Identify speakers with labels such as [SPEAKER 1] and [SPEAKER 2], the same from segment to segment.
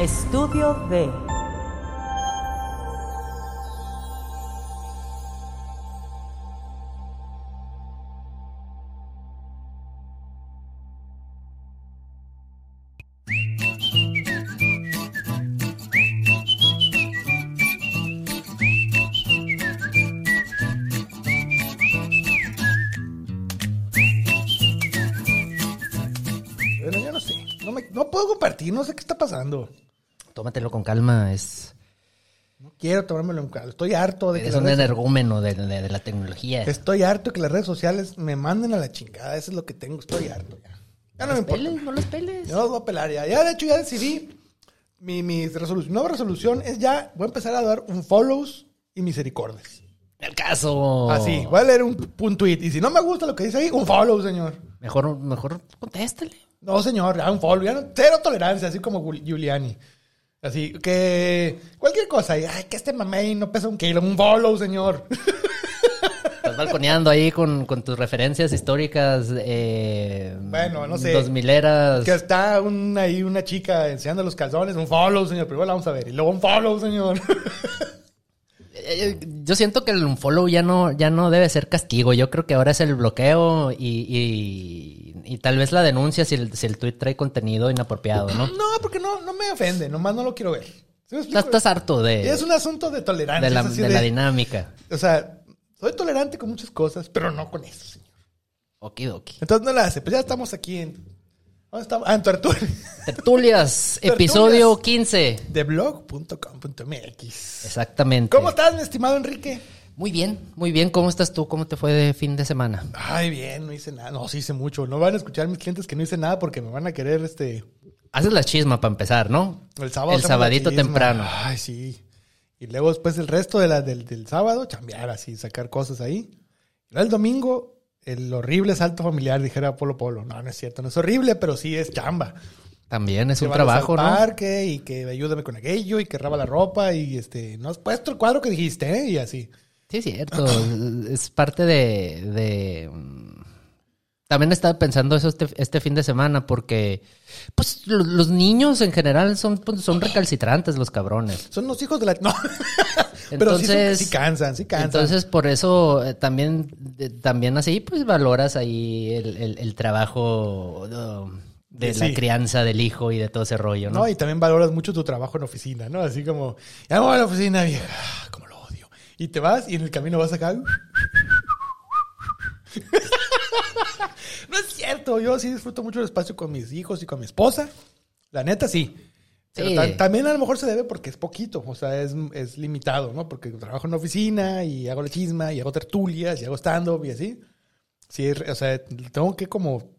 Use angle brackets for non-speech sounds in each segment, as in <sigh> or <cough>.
[SPEAKER 1] Estudio B.
[SPEAKER 2] Bueno, yo no sé. No, me- no puedo compartir, no sé qué está pasando.
[SPEAKER 3] Tómatelo con calma, es,
[SPEAKER 2] No quiero tomármelo en cuenta. Estoy harto de que
[SPEAKER 3] es
[SPEAKER 2] las
[SPEAKER 3] un
[SPEAKER 2] redes-
[SPEAKER 3] energúmeno de, de- de la tecnología.
[SPEAKER 2] Estoy harto de que las redes sociales me manden a la chingada. Eso es lo que tengo. Estoy harto ya. Ya no me
[SPEAKER 3] Las
[SPEAKER 2] importa.
[SPEAKER 3] peles, no los peles.
[SPEAKER 2] Yo no los voy a pelar ya. Ya, de hecho, ya decidí. Mi, mi resolución, nueva resolución es ya, voy a empezar a dar un follows y misericordias.
[SPEAKER 3] El caso.
[SPEAKER 2] Así, voy a leer un, un tweet. Y si no me gusta lo que dice ahí, un follow, señor.
[SPEAKER 3] Mejor, mejor contéstale.
[SPEAKER 2] No, señor, ya un follow. Ya no- cero tolerancia, así como Gul- Giuliani. Así que cualquier cosa. y, Ay, que este mamey no pesa un kilo. Un follow, señor.
[SPEAKER 3] Estás balconeando ahí con, con tus referencias históricas. Eh,
[SPEAKER 2] Bueno, no sé.
[SPEAKER 3] Dos mileras.
[SPEAKER 2] que está un- ahí una chica enseñando los calzones. Un follow, señor. Primero la vamos a ver. Y luego un follow, señor. <laughs>
[SPEAKER 3] Eh, Yo siento que el unfollow ya no, ya no debe ser castigo. Yo creo que ahora es el bloqueo y, y- y tal vez la denuncia si el, si el tweet trae contenido
[SPEAKER 2] <clears throat>
[SPEAKER 3] inapropiado, ¿no?
[SPEAKER 2] No, porque no, no me ofende. Nomás no lo quiero ver. ¿Sí me explico?
[SPEAKER 3] Estás, estás harto de,
[SPEAKER 2] Es un asunto de tolerancia.
[SPEAKER 3] de, la,
[SPEAKER 2] es así
[SPEAKER 3] de
[SPEAKER 2] de-
[SPEAKER 3] la dinámica.
[SPEAKER 2] O sea, soy tolerante con muchas cosas, pero no con eso, señor.
[SPEAKER 3] Okidoki.
[SPEAKER 2] Entonces no la hace. Pues ya estamos aquí en. ¿Dónde estamos? Ah, en Tortura.
[SPEAKER 3] Tertulias,
[SPEAKER 2] Tertulias.
[SPEAKER 3] episodio 15.
[SPEAKER 2] <laughs> De blog.com.mx.
[SPEAKER 3] Exactamente.
[SPEAKER 2] ¿Cómo estás, mi estimado Enrique?
[SPEAKER 3] Muy bien, muy bien. ¿Cómo estás tú? ¿Cómo te fue de fin de semana?
[SPEAKER 2] Ay, bien, no hice nada. No, sí hice mucho. No van a escuchar mis clientes que no hice nada porque me van a querer este.
[SPEAKER 3] Haces la chisma para empezar, ¿no?
[SPEAKER 2] El sábado.
[SPEAKER 3] El
[SPEAKER 2] hacemos la
[SPEAKER 3] sabadito
[SPEAKER 2] chisma.
[SPEAKER 3] temprano.
[SPEAKER 2] Ay, sí. Y luego después el resto de la, del, del sábado, chambear así, sacar cosas ahí. Y luego el domingo, el horrible salto familiar, dijera Polo Polo. No, no es cierto, no es horrible, pero sí es chamba.
[SPEAKER 3] También es
[SPEAKER 2] que
[SPEAKER 3] un
[SPEAKER 2] vamos
[SPEAKER 3] trabajo,
[SPEAKER 2] al
[SPEAKER 3] ¿no?
[SPEAKER 2] parque y que ayúdame con aquello y que raba la ropa y este, no has puesto el cuadro que dijiste, ¿eh? Y así.
[SPEAKER 3] Sí, es cierto. es parte de, de, mm, También estaba pensando eso este, este fin de semana porque, pues, lo- los niños en general son, pues, son recalcitrantes los cabrones.
[SPEAKER 2] Son los hijos de la... <laughs> No. Pero sí, son-
[SPEAKER 3] Entonces,
[SPEAKER 2] sí cansan, sí cansan.
[SPEAKER 3] entonces por eso eh, también, de- también así, pues, valoras ahí el, el- el trabajo um, de
[SPEAKER 2] Sí.
[SPEAKER 3] la crianza del hijo y de todo ese rollo, ¿no?
[SPEAKER 2] ¿no? Y también valoras mucho tu trabajo en oficina, ¿no? Así como, ya me voy a la oficina, vieja, ah, como lo odio. Y te vas y en el camino vas acá. <laughs> no es cierto, yo sí disfruto mucho el espacio con mis hijos y con mi esposa. La neta, sí. Pero
[SPEAKER 3] Sí.
[SPEAKER 2] ta- también a lo mejor se debe porque es poquito, o sea, es, es limitado, ¿no? Porque trabajo en la oficina y hago la chisma y hago tertulias y hago stand-up y así. Sí, es re- o sea, tengo que como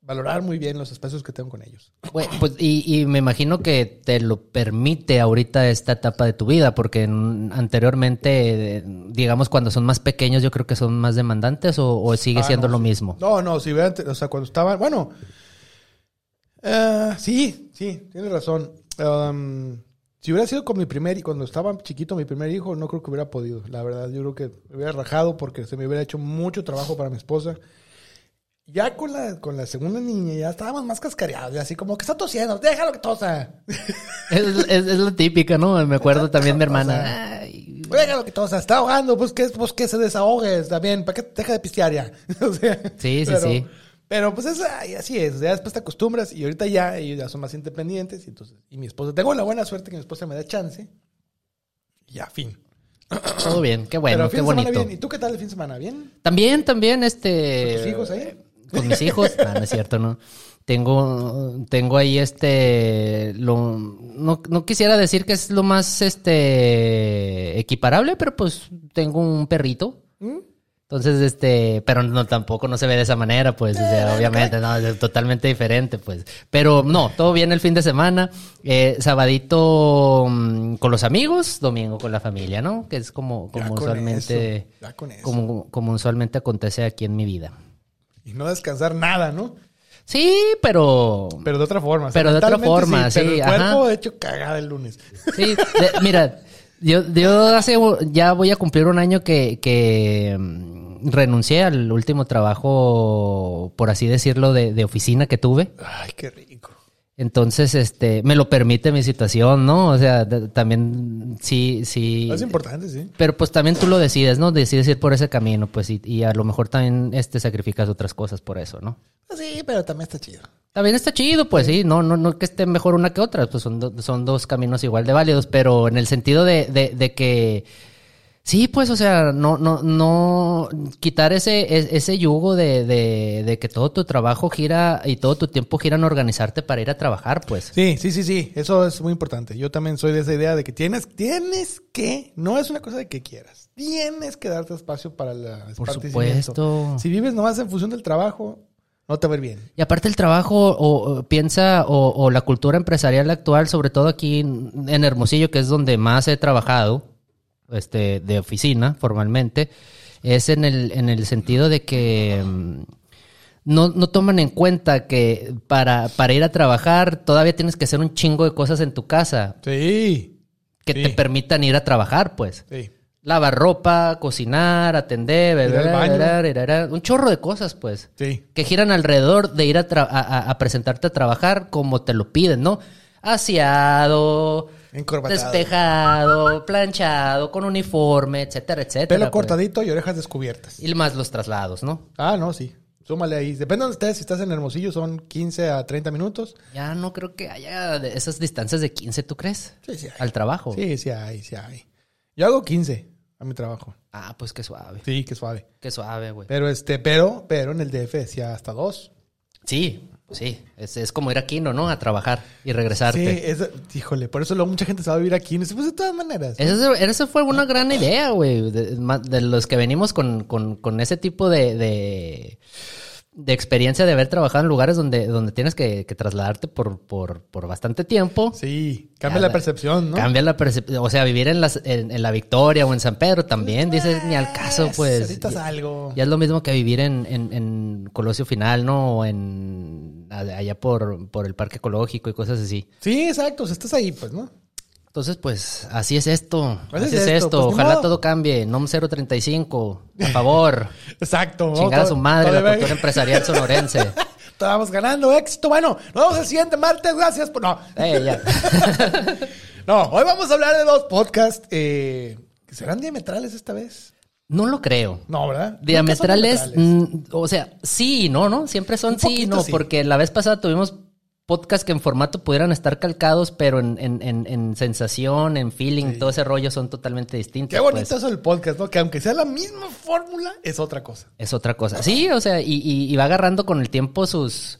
[SPEAKER 2] valorar muy bien los espacios que tengo con ellos.
[SPEAKER 3] Güey, pues, y, y me imagino que te lo permite ahorita esta etapa de tu vida, porque en- anteriormente, eh, digamos, cuando son más pequeños, yo creo que son más demandantes o, o sigue
[SPEAKER 2] Ah,
[SPEAKER 3] siendo
[SPEAKER 2] no,
[SPEAKER 3] lo
[SPEAKER 2] sí.
[SPEAKER 3] mismo.
[SPEAKER 2] No, no, si vean, o sea, cuando estaban, bueno, eh, sí, sí, tienes razón. Um, si hubiera sido con mi primer, cuando estaba chiquito mi primer hijo, no creo que hubiera podido, la verdad, yo creo que me hubiera rajado porque se me hubiera hecho mucho trabajo para mi esposa. Ya con la, con la segunda niña ya estábamos más cascareados, y así como que está tosiendo, déjalo que tosa,
[SPEAKER 3] <laughs> Es, es, es la típica, ¿no? Me acuerdo
[SPEAKER 2] <laughs>
[SPEAKER 3] también mi hermana. "Ay,
[SPEAKER 2] déjalo Pues que tosa, está ahogando, pues que, pues que se desahogues también, para que deja de pistear ya. <laughs> O sea,
[SPEAKER 3] Sí, sí, sí.
[SPEAKER 2] Pero pues es, ay, así es, ya después te acostumbras y ahorita ya ellos ya son más independientes y entonces, y mi esposa, tengo la buena suerte que mi esposa me da chance. Y ya, fin.
[SPEAKER 3] todo bien, qué bueno,
[SPEAKER 2] Pero
[SPEAKER 3] qué
[SPEAKER 2] fin de semana
[SPEAKER 3] bonito.
[SPEAKER 2] bien. ¿Y tú qué tal el fin de semana? ¿Bien?
[SPEAKER 3] También, también, este.
[SPEAKER 2] ¿Tus hijos ahí?
[SPEAKER 3] con mis hijos. Ah, No, no es cierto, no. Tengo, tengo ahí este, lo, no, no quisiera decir que es lo más, este, equiparable, pero pues tengo un perrito.
[SPEAKER 2] ¿Mm?
[SPEAKER 3] Entonces, este, pero no, tampoco no se ve de esa manera, pues, o
[SPEAKER 2] Eh,
[SPEAKER 3] sea, obviamente, no, es totalmente diferente, pues. Pero no, todo bien el fin de semana, eh, sabadito mm, con los amigos, domingo con la familia, ¿no? Que es como,
[SPEAKER 2] Ya
[SPEAKER 3] como
[SPEAKER 2] con
[SPEAKER 3] usualmente
[SPEAKER 2] eso, ya con eso.
[SPEAKER 3] como, como usualmente acontece aquí en mi vida.
[SPEAKER 2] Y no descansar nada, ¿no?
[SPEAKER 3] Sí, pero...
[SPEAKER 2] Pero de otra forma. o
[SPEAKER 3] Pero de otra
[SPEAKER 2] mentalmente
[SPEAKER 3] forma,
[SPEAKER 2] Pero
[SPEAKER 3] sí,
[SPEAKER 2] el cuerpo
[SPEAKER 3] ajá.
[SPEAKER 2] hecho cagada el lunes.
[SPEAKER 3] Sí, de- mira, yo, yo hace... Ya voy a cumplir un año que, que mm, renuncié al último trabajo, por así decirlo, de, de oficina que tuve.
[SPEAKER 2] Ay, qué rico.
[SPEAKER 3] Entonces, este, me lo permite mi situación, ¿no? O sea, de- también sí, sí.
[SPEAKER 2] Es importante, sí.
[SPEAKER 3] Pero pues también tú lo decides, ¿no? Decides ir por ese camino, pues, y, y a lo mejor también este, sacrificas otras cosas por eso, ¿no?
[SPEAKER 2] Sí, pero también está chido.
[SPEAKER 3] También está chido, pues sí, no, no, no que esté mejor una que otra, pues son, do- son dos caminos igual de válidos, pero en el sentido de, de, de que sí, pues, o sea, no, no, no quitar ese, e- ese yugo de, de, de que todo tu trabajo gira y todo tu tiempo gira en organizarte para ir a trabajar, pues.
[SPEAKER 2] Sí, sí, sí, sí. Eso es muy importante. Yo también soy de esa idea de que tienes, tienes que, no es una cosa de que quieras. Tienes que darte espacio para la
[SPEAKER 3] Por
[SPEAKER 2] esparcimiento.
[SPEAKER 3] supuesto.
[SPEAKER 2] Si vives nomás en función del trabajo, no te va a ir bien.
[SPEAKER 3] Y aparte el trabajo, o, o piensa, o, o la cultura empresarial actual, sobre todo aquí en en Hermosillo, que es donde más he trabajado, este, de oficina, formalmente, es en el, en el sentido de que mm, no, no toman en cuenta que para, para ir a trabajar todavía tienes que hacer un chingo de cosas en tu casa
[SPEAKER 2] Sí,
[SPEAKER 3] que
[SPEAKER 2] Sí.
[SPEAKER 3] te permitan ir a trabajar, pues.
[SPEAKER 2] sí.
[SPEAKER 3] Lavar ropa, cocinar, atender,
[SPEAKER 2] al
[SPEAKER 3] beber,
[SPEAKER 2] baño.
[SPEAKER 3] beber, beber, un chorro de cosas, pues
[SPEAKER 2] Sí.
[SPEAKER 3] que giran alrededor de ir a, tra- a- a- a presentarte a trabajar como te lo piden, ¿no? Aseado,
[SPEAKER 2] Encorbatado.
[SPEAKER 3] despejado, planchado, con uniforme, etcétera, etcétera.
[SPEAKER 2] Pelo
[SPEAKER 3] pues.
[SPEAKER 2] cortadito y orejas descubiertas.
[SPEAKER 3] Y más los traslados, ¿no?
[SPEAKER 2] Ah, no, sí. Súmale ahí. Depende de donde estés. Si estás en Hermosillo, son 15 a 30 minutos.
[SPEAKER 3] Ya no creo que haya de esas distancias de 15, ¿tú crees?
[SPEAKER 2] Sí, sí hay.
[SPEAKER 3] Al trabajo.
[SPEAKER 2] Sí, sí hay, sí hay. Yo hago 15 a mi trabajo.
[SPEAKER 3] Ah, pues qué suave.
[SPEAKER 2] Sí, qué suave.
[SPEAKER 3] Qué suave, güey.
[SPEAKER 2] Pero este, pero, pero en el DF decía hasta dos.
[SPEAKER 3] Sí, sí. Es, es como ir a Quino, ¿no? A trabajar y regresarte.
[SPEAKER 2] Sí, eso- híjole, por eso luego mucha gente se va a vivir aquí. No sé, pues de todas maneras.
[SPEAKER 3] Esa esa fue una gran idea, güey. De, ma- de los que venimos con, con- con ese tipo de, de, de experiencia de haber trabajado en lugares donde, donde tienes que, que trasladarte por, por, por bastante tiempo.
[SPEAKER 2] Sí, cambia
[SPEAKER 3] Ya,
[SPEAKER 2] la percepción, ¿no?
[SPEAKER 3] Cambia la percepción. O sea, vivir en, las, en, en la Victoria o en San Pedro también, dices, ni al caso,
[SPEAKER 2] Es,
[SPEAKER 3] pues.
[SPEAKER 2] Ahorita
[SPEAKER 3] Ya,
[SPEAKER 2] salgo.
[SPEAKER 3] ya es lo mismo que vivir en, en, en Colosio Final, ¿no? O en a- allá por, por el Parque Ecológico y cosas así.
[SPEAKER 2] Sí, exacto. o sea, estás ahí, pues, ¿no?
[SPEAKER 3] Entonces, pues, así es esto.
[SPEAKER 2] Así
[SPEAKER 3] Así,
[SPEAKER 2] es
[SPEAKER 3] es
[SPEAKER 2] esto,
[SPEAKER 3] esto.
[SPEAKER 2] pues, ni
[SPEAKER 3] Ojalá
[SPEAKER 2] modo.
[SPEAKER 3] todo cambie. NOM 035,
[SPEAKER 2] <laughs>
[SPEAKER 3] a favor.
[SPEAKER 2] Exacto. vamos
[SPEAKER 3] Chingar a su
[SPEAKER 2] todavía-
[SPEAKER 3] madre la
[SPEAKER 2] todavía-
[SPEAKER 3] cultura
[SPEAKER 2] <laughs>
[SPEAKER 3] empresarial sonorense.
[SPEAKER 2] Estábamos ganando éxito. Bueno, nos vemos el siguiente martes. Gracias por. No.
[SPEAKER 3] Eh, ya.
[SPEAKER 2] No, hoy vamos a hablar de dos podcasts. eh, que ¿Serán diametrales esta vez?
[SPEAKER 3] No lo creo.
[SPEAKER 2] No, ¿verdad?
[SPEAKER 3] Diametrales,
[SPEAKER 2] Nunca son
[SPEAKER 3] mm, o sea, sí y no, ¿no? Siempre son
[SPEAKER 2] Un
[SPEAKER 3] sí y
[SPEAKER 2] poquito
[SPEAKER 3] no,
[SPEAKER 2] sí.
[SPEAKER 3] porque la vez pasada tuvimos podcasts que en formato pudieran estar calcados, pero en, en- en- en sensación, en feeling, todo ese rollo son totalmente distintos.
[SPEAKER 2] Qué bonito
[SPEAKER 3] pues.
[SPEAKER 2] eso del podcast, ¿no? Que aunque sea la misma fórmula, es otra cosa.
[SPEAKER 3] Es otra cosa. Sí, o sea, y, y- y va agarrando con el tiempo sus,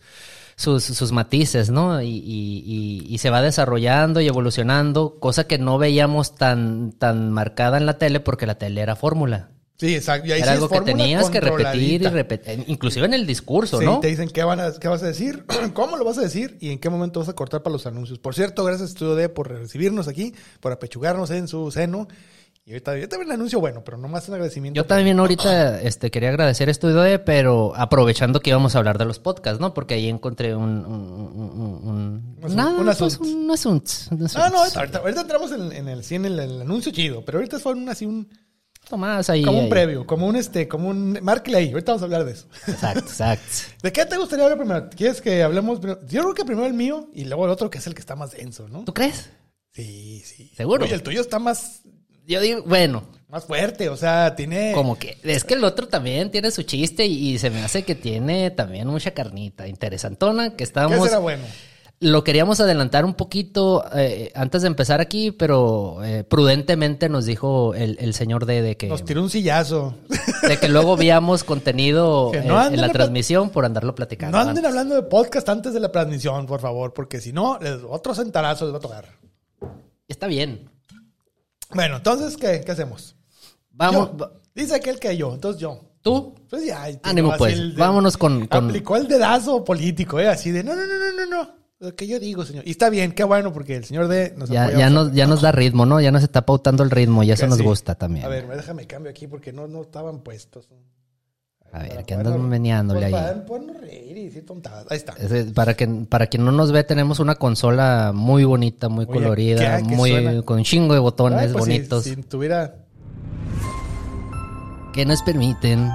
[SPEAKER 3] sus, sus matices, ¿no? Y, y- y- y se va desarrollando y evolucionando, cosa que no veíamos tan, tan marcada en la tele porque la tele era fórmula.
[SPEAKER 2] Sí, exacto. Y ahí
[SPEAKER 3] Era
[SPEAKER 2] sí es
[SPEAKER 3] algo que
[SPEAKER 2] fórmula
[SPEAKER 3] tenías que repetir y
[SPEAKER 2] controladita.
[SPEAKER 3] repetir, inclusive en el discurso,
[SPEAKER 2] Sí,
[SPEAKER 3] ¿no?
[SPEAKER 2] te dicen qué, van a- qué vas a decir, <clears throat> cómo lo vas a decir y en qué momento vas a cortar para los anuncios. Por cierto, gracias Estudio D por recibirnos aquí, por apechugarnos en su seno. Y ahorita yo también anuncio bueno, pero nomás un agradecimiento.
[SPEAKER 3] Yo también ahorita este, quería agradecer a Estudio D, pero aprovechando que íbamos a hablar de los podcasts, ¿no? Porque ahí encontré un... un, un- un-
[SPEAKER 2] Un asun-
[SPEAKER 3] nada,
[SPEAKER 2] un
[SPEAKER 3] pues,
[SPEAKER 2] asunto.
[SPEAKER 3] un asunto, un
[SPEAKER 2] Ah, no,
[SPEAKER 3] asunto.
[SPEAKER 2] ahorita, ahorita entramos en, en el, sí, en el, en el anuncio chido, pero ahorita fue un, así un,
[SPEAKER 3] Tomás ahí.
[SPEAKER 2] como un
[SPEAKER 3] ahí.
[SPEAKER 2] previo, como un este, como un, márquele ahí, ahorita vamos a hablar de eso.
[SPEAKER 3] Exacto, exacto.
[SPEAKER 2] ¿De qué te gustaría hablar primero? ¿Quieres que hablemos primero? Yo creo que primero el mío y luego el otro que es el que está más denso, ¿no?
[SPEAKER 3] ¿Tú crees?
[SPEAKER 2] Sí, sí.
[SPEAKER 3] ¿Seguro?
[SPEAKER 2] Oye, el tuyo está más,
[SPEAKER 3] Yo digo, bueno,
[SPEAKER 2] más fuerte, o sea, tiene...
[SPEAKER 3] como que es que el otro también tiene su chiste y, y se me hace que tiene también mucha carnita interesantona que
[SPEAKER 2] ¿Qué
[SPEAKER 3] estábamos
[SPEAKER 2] será bueno?
[SPEAKER 3] lo queríamos adelantar un poquito eh, antes de empezar aquí, pero eh, prudentemente nos dijo el, el señor D de que
[SPEAKER 2] Nos tiró un sillazo.
[SPEAKER 3] de que luego veíamos contenido
[SPEAKER 2] <laughs> Que
[SPEAKER 3] eh,
[SPEAKER 2] no
[SPEAKER 3] en
[SPEAKER 2] anden
[SPEAKER 3] la
[SPEAKER 2] a plat-
[SPEAKER 3] transmisión por andarlo
[SPEAKER 2] No
[SPEAKER 3] platicando.
[SPEAKER 2] anden
[SPEAKER 3] antes.
[SPEAKER 2] hablando de podcast antes de la transmisión, por favor, porque si no, les- otro sentarazo les va a tocar.
[SPEAKER 3] Está bien.
[SPEAKER 2] Bueno, entonces, ¿qué, qué hacemos?
[SPEAKER 3] Vamos,
[SPEAKER 2] Yo.
[SPEAKER 3] va-
[SPEAKER 2] Dice aquel que yo, entonces yo.
[SPEAKER 3] tú
[SPEAKER 2] Pues ya. ay, tío,
[SPEAKER 3] Ánimo,
[SPEAKER 2] así
[SPEAKER 3] pues.
[SPEAKER 2] el de-
[SPEAKER 3] Vámonos con- con-
[SPEAKER 2] Aplicó el dedazo político, ¿eh? Así de, no, no, no, no, no, no. Lo que yo digo, señor. Y está bien, qué bueno, porque el señor D nos
[SPEAKER 3] ya,
[SPEAKER 2] apoya
[SPEAKER 3] ya,
[SPEAKER 2] bastante.
[SPEAKER 3] nos, ya nos da ritmo, ¿no? Ya nos está pautando el ritmo y eso
[SPEAKER 2] Que
[SPEAKER 3] nos
[SPEAKER 2] sí.
[SPEAKER 3] gusta también.
[SPEAKER 2] A ver, déjame cambio aquí porque no, no estaban puestos.
[SPEAKER 3] A
[SPEAKER 2] Para
[SPEAKER 3] ver, que
[SPEAKER 2] podernos-
[SPEAKER 3] andas meneándole
[SPEAKER 2] pues,
[SPEAKER 3] ahí.
[SPEAKER 2] Para podernos reír y decir tontadas. Ahí está.
[SPEAKER 3] Es de- Para, que, para quien no nos ve, tenemos una consola muy bonita, muy
[SPEAKER 2] Oye,
[SPEAKER 3] colorida,
[SPEAKER 2] ¿qué- qué
[SPEAKER 3] muy
[SPEAKER 2] suena?
[SPEAKER 3] con chingo de botones
[SPEAKER 2] Ay, pues, si-
[SPEAKER 3] bonitos
[SPEAKER 2] Si, tuviera.
[SPEAKER 3] que nos permiten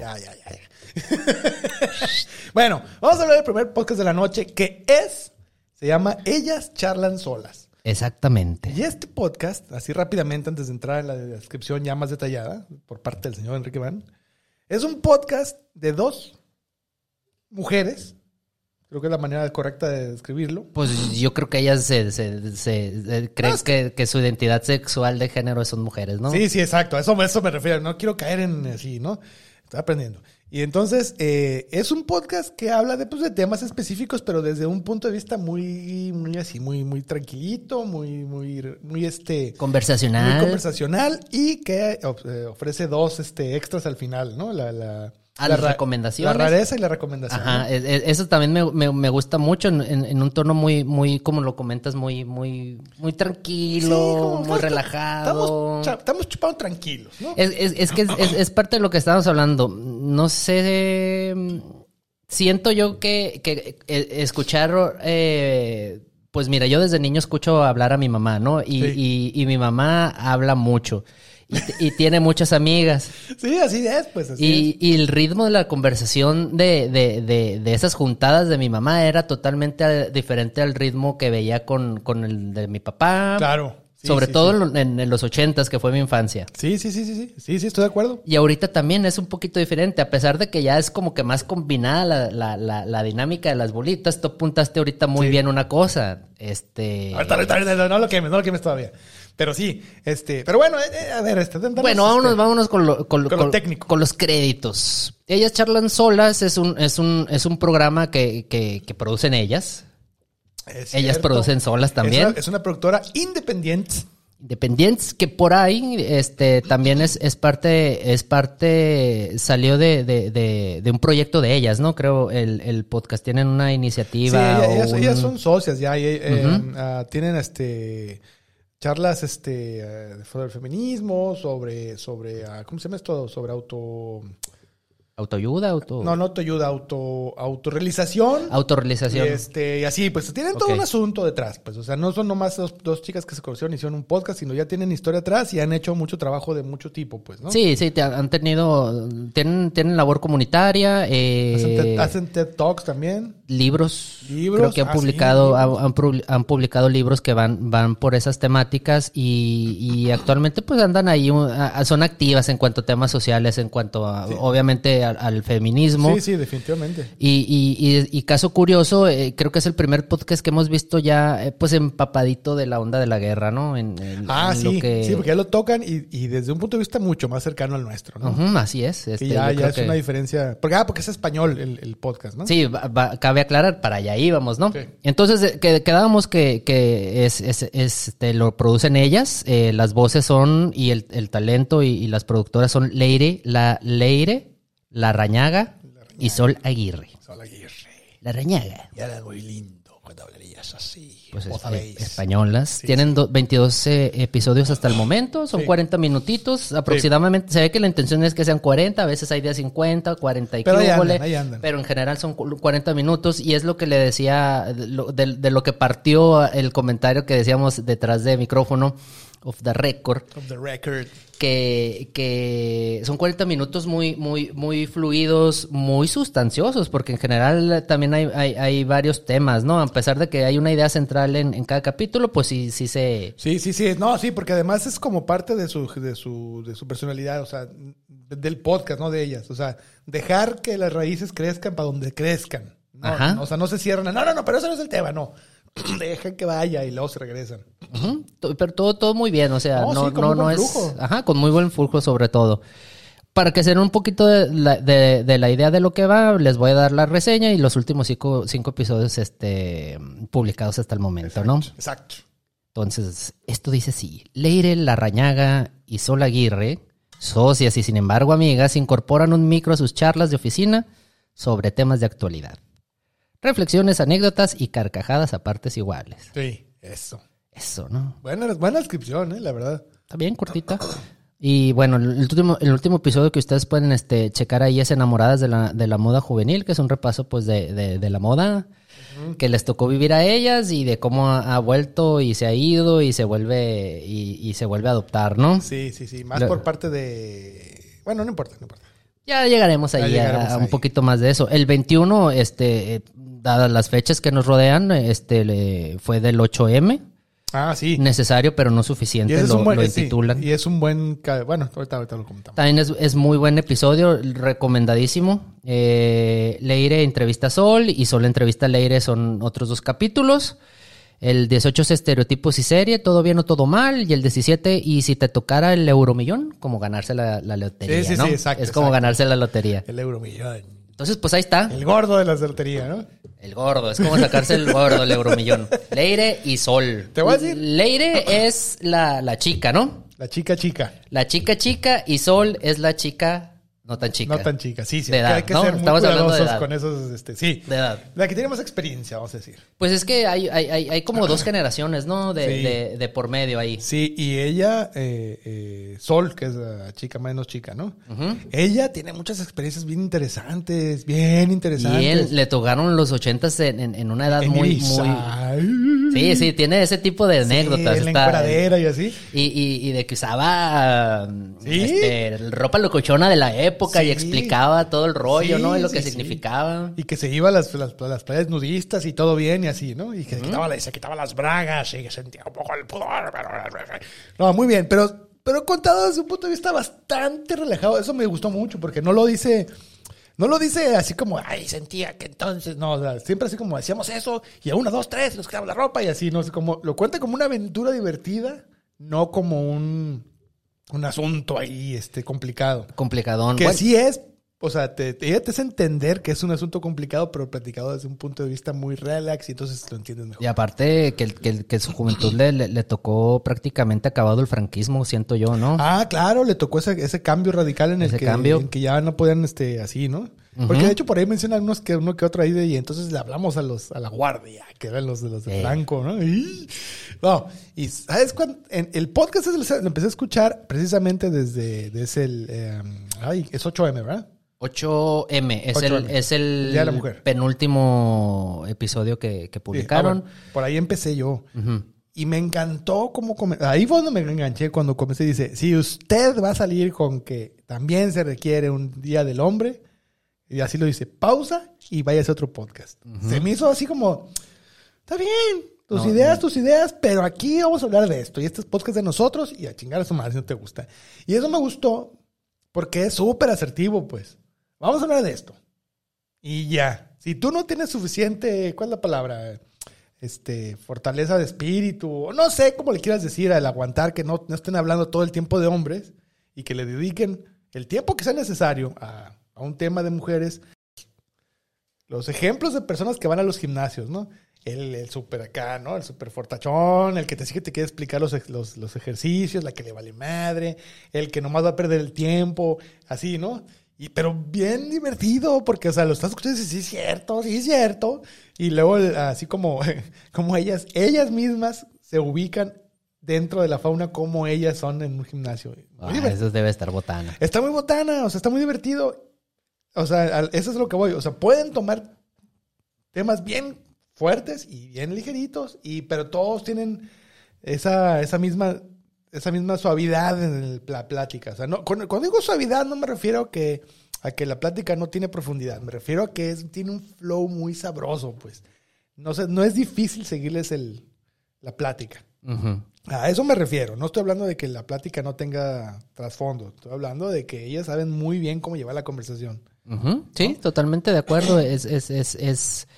[SPEAKER 2] Ya, <laughs> ya, ya. ya. bueno, vamos a hablar del primer podcast de la noche que es, se llama Ellas charlan solas.
[SPEAKER 3] Exactamente.
[SPEAKER 2] Y este podcast, así rápidamente antes de entrar en la descripción ya más detallada por parte del señor Enrique Van, es un podcast de dos mujeres, creo que es la manera correcta de describirlo,
[SPEAKER 3] Pues yo creo que ellas se, se, se- se- creen que, que su identidad sexual de género son mujeres, ¿no?
[SPEAKER 2] Sí, sí, exacto. A eso, a eso me refiero. No quiero caer en así, ¿no? Estoy aprendiendo. Y entonces, eh, es un podcast que habla de, pues, de temas específicos, pero desde un punto de vista muy, muy así, muy, muy tranquilito, muy, muy, muy este.
[SPEAKER 3] Conversacional.
[SPEAKER 2] Muy conversacional y que of- eh, ofrece dos este, extras al final, ¿no? La, la,
[SPEAKER 3] Ah,
[SPEAKER 2] la
[SPEAKER 3] las
[SPEAKER 2] ra-
[SPEAKER 3] recomendaciones.
[SPEAKER 2] La rareza y la recomendación. ¿no?
[SPEAKER 3] Ajá, e- e- eso también me, me- me gusta mucho en, en- en un tono muy, muy, como lo comentas, muy, muy, muy
[SPEAKER 2] Sí,
[SPEAKER 3] tranquilo,
[SPEAKER 2] como,
[SPEAKER 3] muy
[SPEAKER 2] estamos-
[SPEAKER 3] relajado. Eh,
[SPEAKER 2] Estamos, cha- estamos chupados tranquilos, ¿no?
[SPEAKER 3] Es, es- es que es, es- es parte de lo que estábamos hablando. No sé. mm, Siento yo que, que, eh, escuchar. eh, pues mira, yo desde niño escucho hablar a mi mamá, ¿no? Y,
[SPEAKER 2] Sí.
[SPEAKER 3] y- y mi mamá habla mucho. Y, t- y tiene muchas amigas.
[SPEAKER 2] Sí, así es, pues así es.
[SPEAKER 3] Y, y el ritmo de la conversación de, de- de- de esas juntadas de mi mamá era totalmente eh, diferente al ritmo que veía con, con el de mi papá.
[SPEAKER 2] Claro. Sí,
[SPEAKER 3] sobre
[SPEAKER 2] sí,
[SPEAKER 3] todo
[SPEAKER 2] sí.
[SPEAKER 3] en lo- en, en los ochentas, que fue mi infancia.
[SPEAKER 2] Sí, sí, sí, sí, sí. Sí, sí, estoy de acuerdo.
[SPEAKER 3] Y ahorita también es un poquito diferente, a pesar de que ya es como que más combinada la, la- la- la dinámica de las bolitas, tú apuntaste ahorita muy bien una cosa. Este.
[SPEAKER 2] Ahorita, ahorita, ahorita, no, no lo quemes, no lo quemes todavía. Pero sí, este, pero bueno, eh, eh, a ver, este, danos,
[SPEAKER 3] Bueno,
[SPEAKER 2] este,
[SPEAKER 3] vámonos, vámonos con lo, con, lo-
[SPEAKER 2] con lo
[SPEAKER 3] con-
[SPEAKER 2] técnico.
[SPEAKER 3] con los créditos. Ellas charlan solas, es un, es un, es un programa que, que- que producen ellas.
[SPEAKER 2] es
[SPEAKER 3] ellas
[SPEAKER 2] cierto.
[SPEAKER 3] producen solas también.
[SPEAKER 2] Es una, es una productora independiente.
[SPEAKER 3] Independientes, que por ahí este, también es, es parte, es parte, salió de, de- de- de un proyecto de ellas, ¿no? Creo el, el podcast. Tienen una
[SPEAKER 2] Sí,
[SPEAKER 3] iniciativa.
[SPEAKER 2] ella-
[SPEAKER 3] o
[SPEAKER 2] ellas, ellas
[SPEAKER 3] un-
[SPEAKER 2] son socias ya, y, eh, ah, tienen este charlas este eh, sobre el feminismo, sobre sobre ah, ¿cómo se llama esto? Sobre auto
[SPEAKER 3] Autoayuda, auto...
[SPEAKER 2] No, no autoayuda, auto autorrealización. Y,
[SPEAKER 3] Autorrealización.
[SPEAKER 2] este, y así, pues tienen todo
[SPEAKER 3] Ok.
[SPEAKER 2] un asunto detrás. Pues, o sea, no son nomás dos, dos chicas que se conocieron y hicieron un podcast, sino ya tienen historia atrás y han hecho mucho trabajo de mucho tipo, pues, ¿no?
[SPEAKER 3] Sí, sí, te han han tenido, tienen, tienen labor comunitaria, eh,
[SPEAKER 2] Hacen, TED, hacen TED Talks también.
[SPEAKER 3] libros,
[SPEAKER 2] Libros,
[SPEAKER 3] creo que han
[SPEAKER 2] ah, sí,
[SPEAKER 3] publicado, han,
[SPEAKER 2] libros.
[SPEAKER 3] han pu- han publicado libros que van, van por esas temáticas y, y actualmente pues andan ahí, uh, a- son activas en cuanto a temas sociales, en cuanto a, obviamente al, al feminismo.
[SPEAKER 2] Sí, sí, definitivamente.
[SPEAKER 3] Y, y- y- y caso curioso, eh, creo que es el primer podcast que hemos visto ya eh, pues empapadito de la onda de la guerra, ¿no? En, en-
[SPEAKER 2] Ah,
[SPEAKER 3] en
[SPEAKER 2] sí,
[SPEAKER 3] lo que-
[SPEAKER 2] sí, porque ya lo tocan y, y desde un punto de vista mucho más cercano al nuestro, ¿no?
[SPEAKER 3] Ujú, así es. este,
[SPEAKER 2] y ya,
[SPEAKER 3] yo
[SPEAKER 2] ya
[SPEAKER 3] creo
[SPEAKER 2] es
[SPEAKER 3] que-
[SPEAKER 2] una diferencia. Porque, ah, porque es español el, el podcast, ¿no?
[SPEAKER 3] Sí, va- va- cabe aclarar, para allá íbamos, ¿no?
[SPEAKER 2] Sí.
[SPEAKER 3] Entonces, eh, que, quedábamos que, que es, es- es, este, lo producen ellas, eh, las voces son, y el, el talento y, y las productoras son Leire, la Leire, la Rañaga, y Sol Aguirre.
[SPEAKER 2] Sol Aguirre.
[SPEAKER 3] La Rañaga.
[SPEAKER 2] Y era muy lindo cuando hablarías así.
[SPEAKER 3] Pues
[SPEAKER 2] vos
[SPEAKER 3] es-
[SPEAKER 2] sabéis.
[SPEAKER 3] eh, españolas. Tienen do- 22 eh, episodios hasta el momento, son
[SPEAKER 2] Sí.
[SPEAKER 3] 40 minutitos aproximadamente. Se ve que la intención es que sean 40, a veces hay de 50, 40 y
[SPEAKER 2] Pero ahí
[SPEAKER 3] qué
[SPEAKER 2] andan,
[SPEAKER 3] hubole,
[SPEAKER 2] ahí andan.
[SPEAKER 3] pero en general son cu- 40 minutos y es lo que le decía, de lo- de, de lo que partió el comentario que decíamos detrás de micrófono, of the record,
[SPEAKER 2] Of the record.
[SPEAKER 3] que, que son 40 minutos muy, muy, muy fluidos, muy sustanciosos, porque en general eh, también hay, hay, hay varios temas, ¿no? A pesar de que hay una idea central en, en cada capítulo, pues sí, sí se...
[SPEAKER 2] Sí, sí, sí. No, sí, porque además es como parte de su, de su, de su personalidad, o sea, de- del podcast, ¿no? De ellas. O sea, dejar que las raíces crezcan para donde crezcan. ¿no?
[SPEAKER 3] Ajá.
[SPEAKER 2] O sea, no se cierran. a, No, no, no, pero eso no es el tema, no. <clears throat> Dejan que vaya y luego se regresan.
[SPEAKER 3] Ujú, to- pero todo, todo muy bien, o sea,
[SPEAKER 2] No,
[SPEAKER 3] no,
[SPEAKER 2] sí, con
[SPEAKER 3] no,
[SPEAKER 2] muy
[SPEAKER 3] no
[SPEAKER 2] buen
[SPEAKER 3] es...
[SPEAKER 2] flujo.
[SPEAKER 3] Ajá, con muy buen flujo sobre todo. Para que se den un poquito de la, de, de la idea de lo que va, les voy a dar la reseña y los últimos cinco, cinco episodios este, publicados hasta el momento, ¿no?
[SPEAKER 2] Exacto.
[SPEAKER 3] Entonces, esto dice así. Leire Larrañaga y Sol Aguirre, socias y sin embargo amigas, incorporan un micro a sus charlas de oficina sobre temas de actualidad. Reflexiones, anécdotas y carcajadas a partes iguales.
[SPEAKER 2] Sí, eso.
[SPEAKER 3] Eso, ¿no?
[SPEAKER 2] Buena, buena descripción, ¿eh? La verdad.
[SPEAKER 3] Está bien cortita. Y bueno, el último, el último episodio que ustedes pueden este, checar ahí es Enamoradas de la, de la Moda Juvenil, que es un repaso pues de, de- de la moda que les tocó vivir a ellas y de cómo ha, ha vuelto y se ha ido y se vuelve y, y se vuelve a adoptar, ¿no?
[SPEAKER 2] Sí, sí, sí. Más
[SPEAKER 3] La-
[SPEAKER 2] por parte de. Bueno, no importa, no importa.
[SPEAKER 3] Ya llegaremos
[SPEAKER 2] Ya
[SPEAKER 3] ahí
[SPEAKER 2] llegaremos
[SPEAKER 3] a, a un
[SPEAKER 2] ahí.
[SPEAKER 3] poquito más de eso. El 21, este, eh, dadas las fechas que nos rodean, este, le- fue del 8M.
[SPEAKER 2] Ah, sí.
[SPEAKER 3] Necesario, pero no suficiente,
[SPEAKER 2] Y ese es
[SPEAKER 3] lo,
[SPEAKER 2] un buen. eh,
[SPEAKER 3] lo
[SPEAKER 2] sí,
[SPEAKER 3] intitulan.
[SPEAKER 2] y es un buen. ca- Bueno, ahorita, ahorita lo comentamos.
[SPEAKER 3] También es, es muy buen episodio, recomendadísimo. Eh, Leire entrevista a Sol y Sol entrevista a Leire son otros dos capítulos. El 18 es estereotipos y serie, todo bien o todo mal. Y el 17, y si te tocara el euromillón, como ganarse la, la lotería.
[SPEAKER 2] Sí, sí,
[SPEAKER 3] ¿no?
[SPEAKER 2] sí, exacto,
[SPEAKER 3] es como
[SPEAKER 2] exacto.
[SPEAKER 3] ganarse la lotería.
[SPEAKER 2] El euromillón.
[SPEAKER 3] Entonces, pues ahí está.
[SPEAKER 2] El gordo de la certería, ¿no?
[SPEAKER 3] El gordo, es como sacarse el gordo, el euromillón. Leire y Sol.
[SPEAKER 2] Te voy a decir.
[SPEAKER 3] Leire es la, la chica, ¿no?
[SPEAKER 2] La chica chica.
[SPEAKER 3] La chica chica y Sol es la chica no tan chica.
[SPEAKER 2] No tan chica, sí, sí.
[SPEAKER 3] De edad,
[SPEAKER 2] hay que
[SPEAKER 3] ¿no?
[SPEAKER 2] ser muy
[SPEAKER 3] Estamos hablando de
[SPEAKER 2] cuidadosos
[SPEAKER 3] edad.
[SPEAKER 2] con esos, este, sí.
[SPEAKER 3] De edad.
[SPEAKER 2] La que tiene más experiencia, vamos a decir.
[SPEAKER 3] Pues es que hay, hay, hay, hay
[SPEAKER 2] <clears throat>
[SPEAKER 3] como dos generaciones, ¿no? De,
[SPEAKER 2] Sí.
[SPEAKER 3] de, de por medio ahí.
[SPEAKER 2] Sí, y ella, eh, eh, Sol, que es la chica menos chica, ¿no? Ella tiene muchas experiencias bien interesantes, bien interesantes.
[SPEAKER 3] Y él le tocaron los ochentas en, en, en una edad
[SPEAKER 2] En
[SPEAKER 3] muy,
[SPEAKER 2] gris.
[SPEAKER 3] muy...
[SPEAKER 2] Ay.
[SPEAKER 3] Sí, sí, tiene ese tipo de
[SPEAKER 2] Sí,
[SPEAKER 3] anécdotas.
[SPEAKER 2] en la
[SPEAKER 3] está-
[SPEAKER 2] encueradera y así.
[SPEAKER 3] Y, y, y de que usaba
[SPEAKER 2] Sí.
[SPEAKER 3] este, ropa locochona de la época y
[SPEAKER 2] Sí.
[SPEAKER 3] explicaba todo el rollo,
[SPEAKER 2] Sí,
[SPEAKER 3] ¿no? Y lo
[SPEAKER 2] sí,
[SPEAKER 3] que
[SPEAKER 2] sí.
[SPEAKER 3] significaba.
[SPEAKER 2] Y que se iba a las, las, las playas nudistas y todo bien y así, ¿no? Y que se, quitaba, la- y se quitaba las bragas y que sentía un poco el pudor. Pero... No, muy bien, pero, pero contado desde un punto de vista bastante relajado. Eso me gustó mucho porque no lo dice... No lo dice así como, ay, sentía que entonces, no, o sea, siempre así como hacíamos eso, y a una, dos, tres, nos quitamos la ropa y así, no sé, como, lo cuenta como una aventura divertida, no como un, un asunto ahí, este, complicado.
[SPEAKER 3] Complicadón.
[SPEAKER 2] Que
[SPEAKER 3] Bueno,
[SPEAKER 2] sí es, o sea, te, te, te hace entender que es un asunto complicado, pero platicado desde un punto de vista muy relax y entonces lo entiendes mejor.
[SPEAKER 3] Y aparte que, el- que, el- que su juventud le, le, le tocó prácticamente acabado el franquismo, siento yo, ¿no?
[SPEAKER 2] Ah, claro, le tocó ese, ese cambio radical en el
[SPEAKER 3] Ese
[SPEAKER 2] que,
[SPEAKER 3] cambio.
[SPEAKER 2] en que ya no podían este, así, ¿no? Porque de hecho por ahí mencionan unos que uno que otro ahí de, y entonces le hablamos a los a la guardia, que eran los de los de
[SPEAKER 3] Eh.
[SPEAKER 2] blanco, ¿no? Y, no, y sabes cuándo? En- el podcast es el- lo empecé a escuchar precisamente desde, desde el eh, ay, es 8M, ¿verdad?
[SPEAKER 3] 8M es
[SPEAKER 2] 8M.
[SPEAKER 3] el, es el
[SPEAKER 2] Día de la Mujer.
[SPEAKER 3] penúltimo episodio que, que
[SPEAKER 2] Sí, ah,
[SPEAKER 3] publicaron.
[SPEAKER 2] bueno, por ahí empecé yo.
[SPEAKER 3] Ujú.
[SPEAKER 2] Y me encantó cómo come- Ahí fue donde me enganché cuando comencé. Dice, si usted va a salir con que también se requiere un día del hombre, y así lo dice, pausa y vaya a hacer otro podcast. Se me hizo así como, está bien, tus
[SPEAKER 3] No,
[SPEAKER 2] ideas, tus ideas, pero aquí vamos a hablar de esto. Y este es podcast de nosotros y a chingar a su madre si no te gusta. Y eso me gustó porque es súper asertivo, pues. Vamos a hablar de esto. Y ya. Si tú no tienes suficiente, ¿cuál es la palabra? Este, fortaleza de espíritu, o no sé cómo le quieras decir al aguantar que no, no estén hablando todo el tiempo de hombres y que le dediquen el tiempo que sea necesario a, a un tema de mujeres. Los ejemplos de personas que van a los gimnasios, ¿no? El, el super acá, ¿no? El super fortachón, el que te sigue te quiere explicar los, ej- los, los ejercicios, la que le vale madre, el que nomás va a perder el tiempo, así, ¿no? Y, pero bien divertido, porque, o sea, lo estás escuchando y dices, sí es cierto, sí es cierto. Y luego, el- así como, <laughs> como ellas, ellas mismas se ubican dentro de la fauna como ellas son en un gimnasio. Muy
[SPEAKER 3] Ah,
[SPEAKER 2] divertido.
[SPEAKER 3] eso debe estar botana.
[SPEAKER 2] Está muy botana, o sea, está muy divertido. O sea, al- eso es lo que voy. O sea, pueden tomar temas bien fuertes y bien ligeritos, y, pero todos tienen esa, esa misma esa misma suavidad en el- la plática. O sea, no, cuando, cuando digo suavidad no me refiero que, a que la plática no tiene profundidad, me refiero a que es- tiene un flow muy sabroso, pues. No, sé, no es difícil seguirles el, la plática.
[SPEAKER 3] Ujú.
[SPEAKER 2] A eso me refiero. No estoy hablando de que la plática no tenga trasfondo. Estoy hablando de que ellas saben muy bien cómo llevar la conversación.
[SPEAKER 3] Ujú, Sí, totalmente de acuerdo. Es, es, es, es-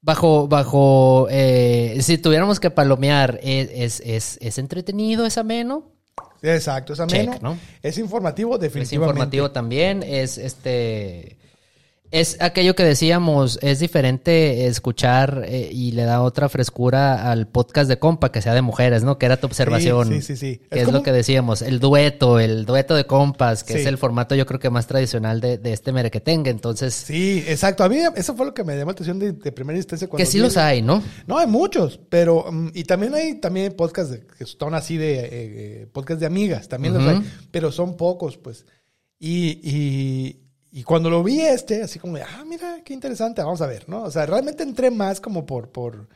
[SPEAKER 3] bajo, bajo, eh, si tuviéramos que palomear, eh, es, es, es entretenido, es ameno,
[SPEAKER 2] Exacto, es ameno.
[SPEAKER 3] Check, ¿no?
[SPEAKER 2] Es informativo,
[SPEAKER 3] es
[SPEAKER 2] definitivamente.
[SPEAKER 3] informativo también, es este, es aquello que decíamos, es diferente escuchar eh, y le da otra frescura al podcast de compa que sea de mujeres, ¿no? Que era tu observación.
[SPEAKER 2] Sí, sí, sí.
[SPEAKER 3] Que es,
[SPEAKER 2] como-
[SPEAKER 3] lo que decíamos, el dueto, el dueto de compas, que
[SPEAKER 2] Sí.
[SPEAKER 3] es el formato yo creo que más tradicional de, de este merequetengue. Entonces,
[SPEAKER 2] Sí, exacto. A mí eso fue lo que me llamó la atención de, de primera instancia. Cuando
[SPEAKER 3] que sí
[SPEAKER 2] vi
[SPEAKER 3] los
[SPEAKER 2] el-
[SPEAKER 3] hay, ¿no?
[SPEAKER 2] No, hay muchos, pero... mm, y también hay también podcasts de- que son así de... eh, eh, podcasts de amigas, también los
[SPEAKER 3] Ujú.
[SPEAKER 2] hay. Pero son pocos, pues. Y, y, y cuando lo vi este, así como de, ah, mira, qué interesante, vamos a ver, ¿no? O sea, realmente entré más como por... por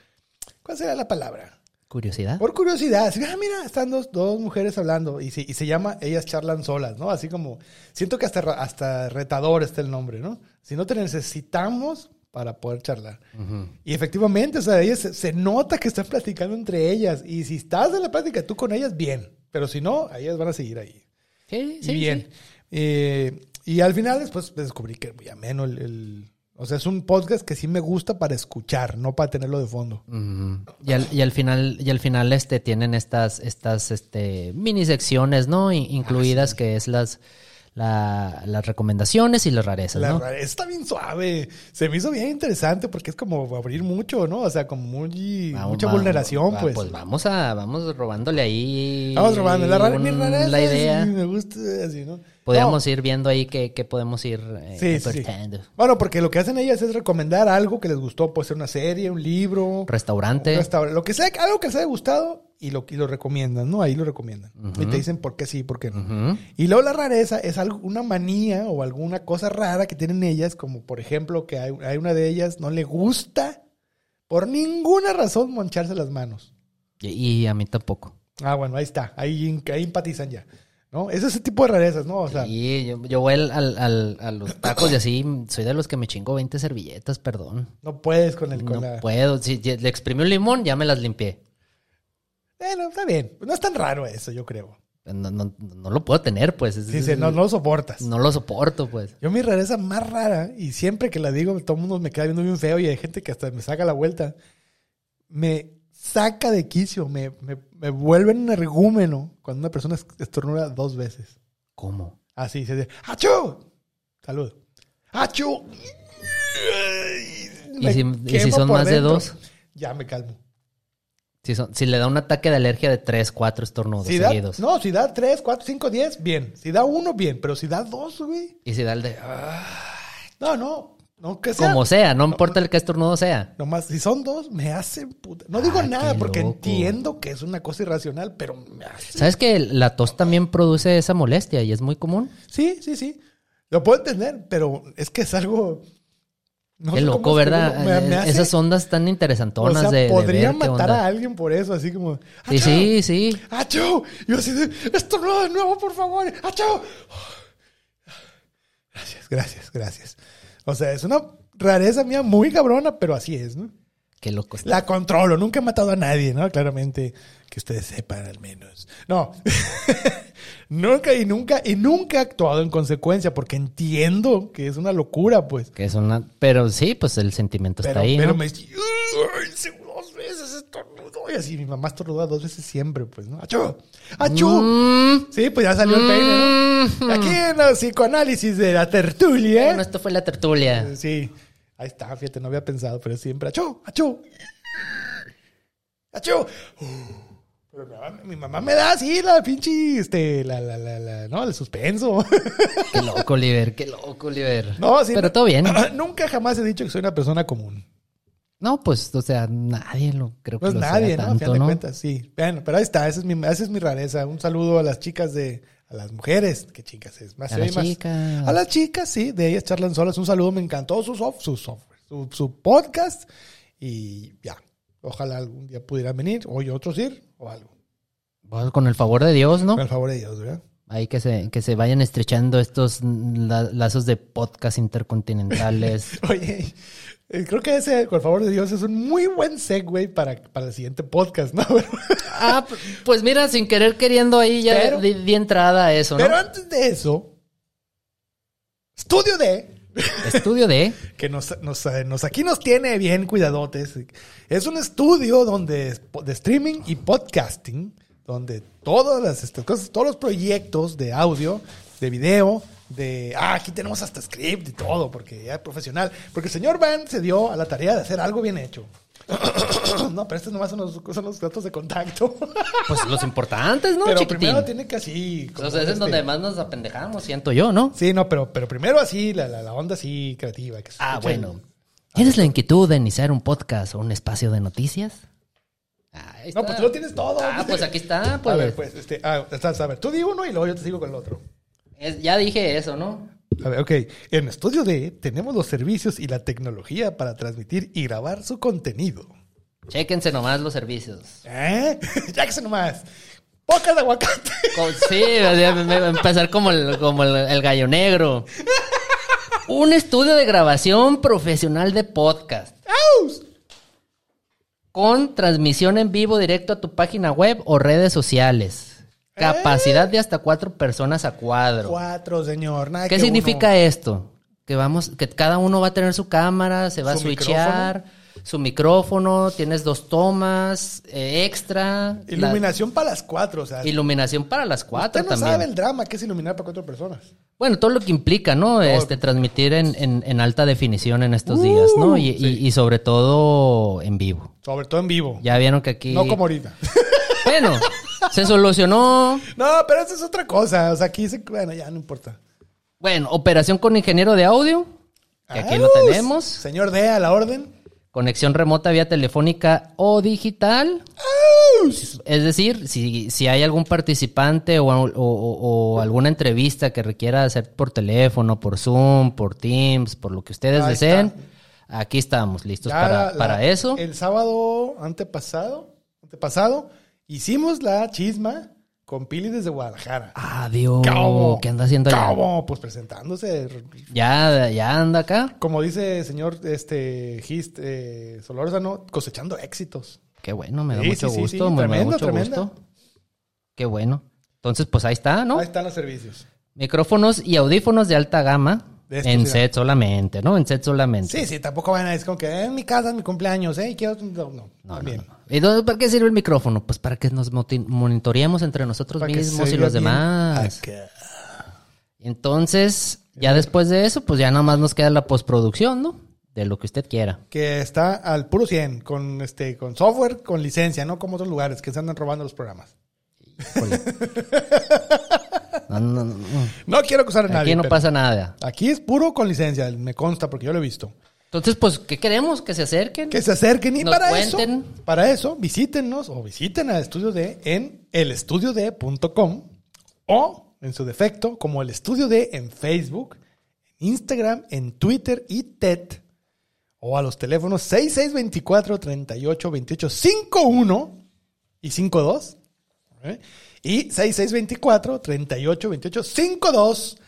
[SPEAKER 2] ¿Cuál sería la palabra?
[SPEAKER 3] Curiosidad.
[SPEAKER 2] Por curiosidad, así, ah, mira, están dos, dos mujeres hablando y se, y se llama Ellas charlan solas, ¿no? Así como, siento que hasta, ra- hasta retador está el nombre, ¿no? Si no te necesitamos para poder charlar.
[SPEAKER 3] Ujú.
[SPEAKER 2] Y efectivamente, o sea, ellas se, se nota que están platicando entre ellas y si estás en la plática tú con ellas, bien, pero si no, ellas van a seguir ahí.
[SPEAKER 3] Sí,
[SPEAKER 2] Y
[SPEAKER 3] sí.
[SPEAKER 2] bien.
[SPEAKER 3] sí.
[SPEAKER 2] Eh, y al final después pues, descubrí que era muy ameno el, el- O sea, es un podcast que sí me gusta para escuchar, no para tenerlo de fondo.
[SPEAKER 3] Ujú. Y, al, y al final, y al final este, tienen estas, estas este, mini secciones, ¿no? In- incluidas que es las, la- las recomendaciones y las rarezas,
[SPEAKER 2] La
[SPEAKER 3] ¿no?
[SPEAKER 2] rareza está bien suave. Se me hizo bien interesante porque es como abrir mucho, ¿no? O sea, como muy,
[SPEAKER 3] Vamos,
[SPEAKER 2] mucha
[SPEAKER 3] vamos,
[SPEAKER 2] vulneración,
[SPEAKER 3] va-
[SPEAKER 2] pues.
[SPEAKER 3] vamos a, vamos robándole ahí.
[SPEAKER 2] Vamos robando. La, rara- mi
[SPEAKER 3] un-
[SPEAKER 2] rareza
[SPEAKER 3] la
[SPEAKER 2] es-
[SPEAKER 3] idea.
[SPEAKER 2] me gusta así, ¿no?
[SPEAKER 3] Podríamos ir viendo ahí que, podemos ir eh,
[SPEAKER 2] No, sí, sí, sí.
[SPEAKER 3] advertiendo.
[SPEAKER 2] Bueno, porque lo que hacen ellas es recomendar algo que les gustó. Puede ser una serie, un libro,
[SPEAKER 3] Restaurante.
[SPEAKER 2] un restaurante, lo que sea, algo que les haya gustado y lo, y lo recomiendan, ¿no? Ahí lo recomiendan. Y te dicen por qué sí, por qué no.
[SPEAKER 3] Ujú.
[SPEAKER 2] Y luego la rareza es algo, una manía o alguna cosa rara que tienen ellas, como por ejemplo que hay, hay una de ellas no le gusta por ninguna razón moncharse las manos.
[SPEAKER 3] y, y a mí tampoco.
[SPEAKER 2] Ah, bueno, ahí está, ahí, ahí empatizan ya. ¿No? Es ese tipo de rarezas, ¿no? O sea,
[SPEAKER 3] Y yo, yo voy al, al- al- a los tacos y así soy de los que me chingo 20 servilletas, perdón.
[SPEAKER 2] no puedes con el con
[SPEAKER 3] No
[SPEAKER 2] la-
[SPEAKER 3] puedo. Si ye- le exprimí un limón, ya me las limpié.
[SPEAKER 2] Bueno, está bien. No es tan raro eso, yo creo.
[SPEAKER 3] No, no- no lo puedo tener, pues. Es-
[SPEAKER 2] Dice, no, no lo soportas.
[SPEAKER 3] no lo soporto, pues.
[SPEAKER 2] Yo mi rareza más rara, y siempre que la digo, todo el mundo me queda viendo bien feo y hay gente que hasta me saca la vuelta, me saca de quicio, me, me, me vuelve un ergúmeno cuando una persona es- estornuda dos veces.
[SPEAKER 3] ¿Cómo?
[SPEAKER 2] Así, se dice, ¡Achú! Salud. ¡Achú!
[SPEAKER 3] ¿Y si- y si
[SPEAKER 2] quema
[SPEAKER 3] son
[SPEAKER 2] por
[SPEAKER 3] más de dos?
[SPEAKER 2] Ya me calmo.
[SPEAKER 3] Si, son- si le da un ataque de alergia de 3, 4 estornudos
[SPEAKER 2] Si da,
[SPEAKER 3] seguidos.
[SPEAKER 2] no, si da tres, cuatro, cinco, diez, bien. Si da uno, bien. Pero si da dos, güey.
[SPEAKER 3] Y si da el de. ah,
[SPEAKER 2] No, no. No, que sea.
[SPEAKER 3] Como sea, no importa el que estornudo sea.
[SPEAKER 2] Nomás, si son dos, me hacen puta. No digo
[SPEAKER 3] Ah,
[SPEAKER 2] nada
[SPEAKER 3] qué
[SPEAKER 2] porque
[SPEAKER 3] loco.
[SPEAKER 2] entiendo que es una cosa irracional, pero me hace-
[SPEAKER 3] ¿Sabes que la tos también produce esa molestia y es muy común?
[SPEAKER 2] Sí, sí, sí. Lo puedo entender, pero es que es algo. No
[SPEAKER 3] Qué
[SPEAKER 2] sé
[SPEAKER 3] loco,
[SPEAKER 2] cómo
[SPEAKER 3] ¿verdad?
[SPEAKER 2] escribirlo. Me- me hace-
[SPEAKER 3] Esas ondas tan
[SPEAKER 2] o
[SPEAKER 3] interesantonas
[SPEAKER 2] sea,
[SPEAKER 3] de, de
[SPEAKER 2] podría
[SPEAKER 3] ver qué
[SPEAKER 2] matar
[SPEAKER 3] onda.
[SPEAKER 2] a alguien por eso, así como. "Ah,
[SPEAKER 3] Sí,
[SPEAKER 2] ¡Achú!
[SPEAKER 3] sí, sí.
[SPEAKER 2] ¡Achú! Yo así de. ¡Esto no de nuevo, por favor! ¡Achú! Gracias, gracias, gracias. O sea, es una rareza mía muy cabrona, pero así es, ¿no?
[SPEAKER 3] Qué loco. está.
[SPEAKER 2] La controlo, nunca he matado a nadie, ¿no? Claramente, que ustedes sepan al menos. No, <laughs> nunca y nunca, y nunca he actuado en consecuencia, porque entiendo que es una locura, pues.
[SPEAKER 3] Que es una... Pero sí, pues el sentimiento
[SPEAKER 2] Pero,
[SPEAKER 3] está ahí,
[SPEAKER 2] pero
[SPEAKER 3] ¿no?
[SPEAKER 2] me dice, "Ay, sí, dos veces estornudó, y así mi mamá estornuda dos veces siempre, pues, ¿no? ¡Achú! ¡Achú!
[SPEAKER 3] Mm,
[SPEAKER 2] Sí, pues ya salió el peine, ¿no?
[SPEAKER 3] mm.
[SPEAKER 2] Aquí en el psicoanálisis de la tertulia.
[SPEAKER 3] Bueno, esto fue la tertulia.
[SPEAKER 2] Sí, ahí está, fíjate, no había pensado, pero siempre achú, achú, achú. Pero mi mamá, mi mamá me da así la pinche, este, la, la, la, la, no, el suspenso. <laughs>
[SPEAKER 3] Qué loco, Oliver. Qué loco, Oliver.
[SPEAKER 2] No, sí,
[SPEAKER 3] Pero
[SPEAKER 2] no-
[SPEAKER 3] todo bien.
[SPEAKER 2] <clears throat> Nunca jamás he dicho que soy una persona común.
[SPEAKER 3] No, pues, o sea, nadie lo creo que
[SPEAKER 2] No es
[SPEAKER 3] lo
[SPEAKER 2] Pues nadie,
[SPEAKER 3] sea
[SPEAKER 2] ¿no? Al
[SPEAKER 3] tanto,
[SPEAKER 2] final de
[SPEAKER 3] ¿no?
[SPEAKER 2] cuentas, sí. Bueno, pero ahí está, esa es, mi, esa es mi rareza. Un saludo a las chicas de, a las mujeres, qué chicas es. Más,
[SPEAKER 3] A
[SPEAKER 2] se
[SPEAKER 3] las
[SPEAKER 2] oye más-
[SPEAKER 3] chicas.
[SPEAKER 2] A las chicas, sí, de ellas charlan solas. Un saludo, me encantó su, soft, su software, su, su podcast y ya. Ojalá algún día pudieran venir, hoy otros ir o algo.
[SPEAKER 3] Bueno, Pues, con el favor de Dios, ¿no?
[SPEAKER 2] Con el favor de Dios, ¿verdad? <laughs>
[SPEAKER 3] Ahí que se, que se vayan estrechando estos la- lazos de
[SPEAKER 2] <laughs>
[SPEAKER 3] podcast intercontinentales.
[SPEAKER 2] Oye, eh, creo que ese, con el favor de Dios, es un muy buen segue para, para el siguiente podcast, ¿no? <laughs>
[SPEAKER 3] ah, p- pues mira, sin querer queriendo ahí ya
[SPEAKER 2] Pero-
[SPEAKER 3] di, di entrada a eso, ¿no?
[SPEAKER 2] Pero antes de eso, estudio de...
[SPEAKER 3] Estudio de...
[SPEAKER 2] que nos, nos, eh, nos- aquí nos tiene bien cuidadotes. Es un estudio donde es po- de streaming y podcasting, donde todas las estas cosas, todos los proyectos de audio, de video, de ah, aquí tenemos hasta script y todo, porque ya es profesional. Porque el señor Van se dio a la tarea de hacer algo bien hecho. <coughs> no, pero estos nomás son los, son los datos de contacto.
[SPEAKER 3] Pues los importantes, ¿no,
[SPEAKER 2] <laughs> pero
[SPEAKER 3] chiquitín?
[SPEAKER 2] primero tiene que así. como
[SPEAKER 3] O sea, ese es
[SPEAKER 2] este-
[SPEAKER 3] donde más nos apendejamos, siento yo, ¿no?
[SPEAKER 2] Sí, no, pero, pero primero así, la, la- la onda así creativa. que se
[SPEAKER 3] Ah,
[SPEAKER 2] escuche.
[SPEAKER 3] bueno. ¿Tienes la inquietud de iniciar un podcast o un espacio de noticias? Ah, ahí
[SPEAKER 2] No,
[SPEAKER 3] está.
[SPEAKER 2] pues tú lo tienes todo.
[SPEAKER 3] Ah, pues aquí está, pues.
[SPEAKER 2] A ver, pues, este, ah, estás, a ver, tú di uno y luego yo te sigo con el otro.
[SPEAKER 3] Es- ya dije eso, ¿no?
[SPEAKER 2] A ver, ok. En Estudio D tenemos los servicios y la tecnología para transmitir y grabar su contenido.
[SPEAKER 3] Chéquense nomás los servicios.
[SPEAKER 2] ¿Eh? <laughs> Jackson nomás. Pocas de aguacate.
[SPEAKER 3] Co- <laughs> Sí, o sea, me- me va a empezar como el, como el, el gallo negro. Un estudio de grabación profesional de podcast.
[SPEAKER 2] ¡Aus!
[SPEAKER 3] Con transmisión en vivo directo a tu página web o redes sociales. Capacidad de hasta cuatro personas a cuadro.
[SPEAKER 2] Cuatro, señor. Nada
[SPEAKER 3] ¿Qué
[SPEAKER 2] que
[SPEAKER 3] significa
[SPEAKER 2] uno.
[SPEAKER 3] esto? Que vamos, que cada uno va a tener su cámara, se va
[SPEAKER 2] ¿Su
[SPEAKER 3] a switchear, su micrófono, tienes dos tomas, eh, extra. la-
[SPEAKER 2] Iluminación para las cuatro, o sea.
[SPEAKER 3] iluminación para las cuatro
[SPEAKER 2] usted no
[SPEAKER 3] también.
[SPEAKER 2] sabe el drama que es iluminar para cuatro personas.
[SPEAKER 3] Bueno, todo lo que implica, ¿no? Este, transmitir en, en- en alta definición en estos días,
[SPEAKER 2] Uh,
[SPEAKER 3] ¿no? Y, y- y sobre todo en vivo.
[SPEAKER 2] Sobre todo en vivo.
[SPEAKER 3] Ya vieron que aquí.
[SPEAKER 2] No como ahorita. <laughs>
[SPEAKER 3] <laughs> Bueno, se solucionó.
[SPEAKER 2] no, pero eso es otra cosa. O sea, aquí se... Bueno, ya no importa.
[SPEAKER 3] Bueno, operación con ingeniero de audio. Que aquí lo
[SPEAKER 2] ¡Aus!
[SPEAKER 3] tenemos.
[SPEAKER 2] Señor D, a la orden.
[SPEAKER 3] Conexión remota vía telefónica o digital. Es decir, si, si hay algún participante o, o- o- o alguna entrevista que requiera hacer por teléfono, por Zoom, por Teams, por lo que ustedes
[SPEAKER 2] Ahí
[SPEAKER 3] deseen, aquí estamos listos
[SPEAKER 2] Ya
[SPEAKER 3] para,
[SPEAKER 2] la-
[SPEAKER 3] para eso.
[SPEAKER 2] El sábado antepasado, antepasado, hicimos la chisma con Pili desde Guadalajara.
[SPEAKER 3] Ah, Dios,
[SPEAKER 2] ¿Cómo?
[SPEAKER 3] ¿qué anda haciendo allá?
[SPEAKER 2] ¿Cómo? Pues presentándose. r-
[SPEAKER 3] Ya, ya anda acá.
[SPEAKER 2] Como dice el señor este, Gist eh, Solórzano, cosechando éxitos.
[SPEAKER 3] Qué bueno, me da
[SPEAKER 2] Sí,
[SPEAKER 3] mucho
[SPEAKER 2] sí, sí, sí,
[SPEAKER 3] gusto, me, me da
[SPEAKER 2] tremenda,
[SPEAKER 3] mucho
[SPEAKER 2] tremenda.
[SPEAKER 3] gusto. Qué bueno. Entonces, pues ahí está, ¿no?
[SPEAKER 2] Ahí están los servicios.
[SPEAKER 3] Micrófonos y audífonos de alta gama
[SPEAKER 2] De estos,
[SPEAKER 3] en
[SPEAKER 2] mira.
[SPEAKER 3] set solamente, ¿no? En set solamente.
[SPEAKER 2] Sí, sí, tampoco van a decir como que eh, en mi casa es mi cumpleaños, ¿eh? Y Quiero... No, no,
[SPEAKER 3] No, no,
[SPEAKER 2] también.
[SPEAKER 3] no. ¿Y dónde- para qué sirve el micrófono? Pues para que nos moti- monitoreemos entre nosotros
[SPEAKER 2] Para que
[SPEAKER 3] mismos
[SPEAKER 2] se
[SPEAKER 3] y los
[SPEAKER 2] oiga bien Ah,
[SPEAKER 3] demás.
[SPEAKER 2] acá.
[SPEAKER 3] Entonces,
[SPEAKER 2] Eh.
[SPEAKER 3] ya después de eso, pues ya nada más nos queda la postproducción, ¿no? De lo que usted quiera.
[SPEAKER 2] Que está al puro 100, con, este, con software, con licencia, no como otros lugares que se andan robando los programas. <laughs>
[SPEAKER 3] Híjole. No, no, no, no.
[SPEAKER 2] No quiero acusar a nadie.
[SPEAKER 3] Aquí no
[SPEAKER 2] pero
[SPEAKER 3] pasa nada.
[SPEAKER 2] Aquí es puro con licencia, me consta, porque yo lo he visto.
[SPEAKER 3] Entonces, pues, ¿qué queremos? ¿Que se acerquen?
[SPEAKER 2] Que se acerquen y
[SPEAKER 3] Nos
[SPEAKER 2] para
[SPEAKER 3] cuenten.
[SPEAKER 2] eso, para eso, visítenos o visiten al estudio D en elestudiod.com o en su defecto como el estudio D en Facebook, en Instagram, en Twitter y TED o a los teléfonos 6624 38 28 51 y 52 ¿eh? y 6624 38 28 52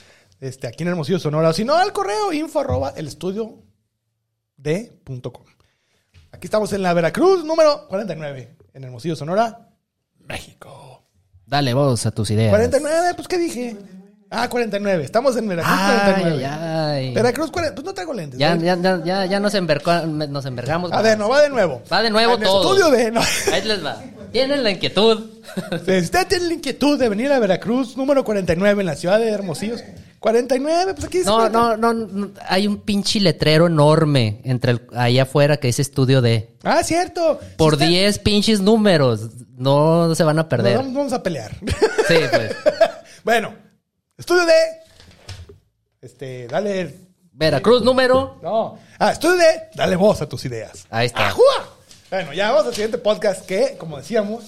[SPEAKER 2] este, aquí en Hermosillo Sonora, o si no al correo info arroba elestudiod.com. Aquí estamos en la Veracruz, número 49, en Hermosillo, Sonora, México.
[SPEAKER 3] Dale voz a tus ideas.
[SPEAKER 2] 49, pues ¿qué dije? Ah, 49. Estamos en Veracruz,
[SPEAKER 3] Ay,
[SPEAKER 2] 49.
[SPEAKER 3] ay.
[SPEAKER 2] Veracruz, 40. Pues no traigo lentes.
[SPEAKER 3] Ya,
[SPEAKER 2] ¿no?
[SPEAKER 3] ya, ya, ya, ya nos, enverca- nos envergamos.
[SPEAKER 2] A ver, no, va de nuevo. Ah,
[SPEAKER 3] Va de nuevo
[SPEAKER 2] En
[SPEAKER 3] todo.
[SPEAKER 2] estudio de...
[SPEAKER 3] <laughs>
[SPEAKER 2] no.
[SPEAKER 3] Ahí les va. Tienen la inquietud.
[SPEAKER 2] Si usted tiene la inquietud de venir a Veracruz, número 49, en la ciudad de Hermosillo. 49, pues aquí dice
[SPEAKER 3] No,
[SPEAKER 2] 49.
[SPEAKER 3] no, no, no, Hay un pinche letrero enorme entre el, ahí afuera que dice estudio D.
[SPEAKER 2] Ah, cierto.
[SPEAKER 3] Por
[SPEAKER 2] Si usted-
[SPEAKER 3] 10 pinches números. No se van a
[SPEAKER 2] Nos
[SPEAKER 3] perder.
[SPEAKER 2] vamos- vamos a pelear. <laughs>
[SPEAKER 3] Sí, pues.
[SPEAKER 2] bueno, estudio de... Este, dale...
[SPEAKER 3] Veracruz número.
[SPEAKER 2] No. Ah, estudio de... Dale voz a tus ideas.
[SPEAKER 3] Ahí está.
[SPEAKER 2] ¡Ajúa! Bueno, ya vamos al siguiente podcast que, como decíamos,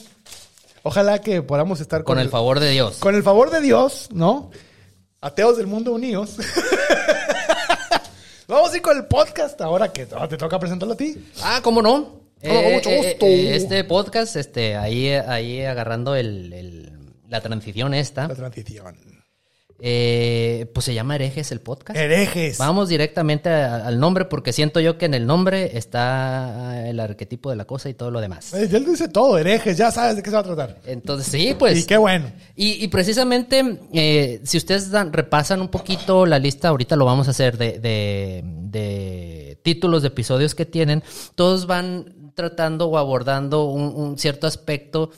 [SPEAKER 2] ojalá que podamos estar
[SPEAKER 3] Con el favor de Dios.
[SPEAKER 2] con el favor de Dios, ¿no? Ateos del mundo unidos. <laughs> vamos a ir con el podcast ahora que ahora te toca presentarlo a ti.
[SPEAKER 3] Ah, ¿cómo no? Eh,
[SPEAKER 2] con mucho gusto.
[SPEAKER 3] este podcast, este, ahí, ahí agarrando el- el- la transición esta.
[SPEAKER 2] La transición.
[SPEAKER 3] Eh, pues se llama Herejes el podcast.
[SPEAKER 2] Eh, Herejes.
[SPEAKER 3] Vamos directamente a- al nombre porque siento yo que en el nombre está el arquetipo de la cosa y todo lo demás.
[SPEAKER 2] Eh, Él dice todo, herejes, ya sabes de qué se va a tratar.
[SPEAKER 3] Entonces, sí, pues.
[SPEAKER 2] y qué bueno.
[SPEAKER 3] Y, y precisamente, eh, si ustedes dan- repasan un poquito la lista, ahorita lo vamos a hacer de, de- de títulos de episodios que tienen, todos van tratando o abordando un, un cierto aspecto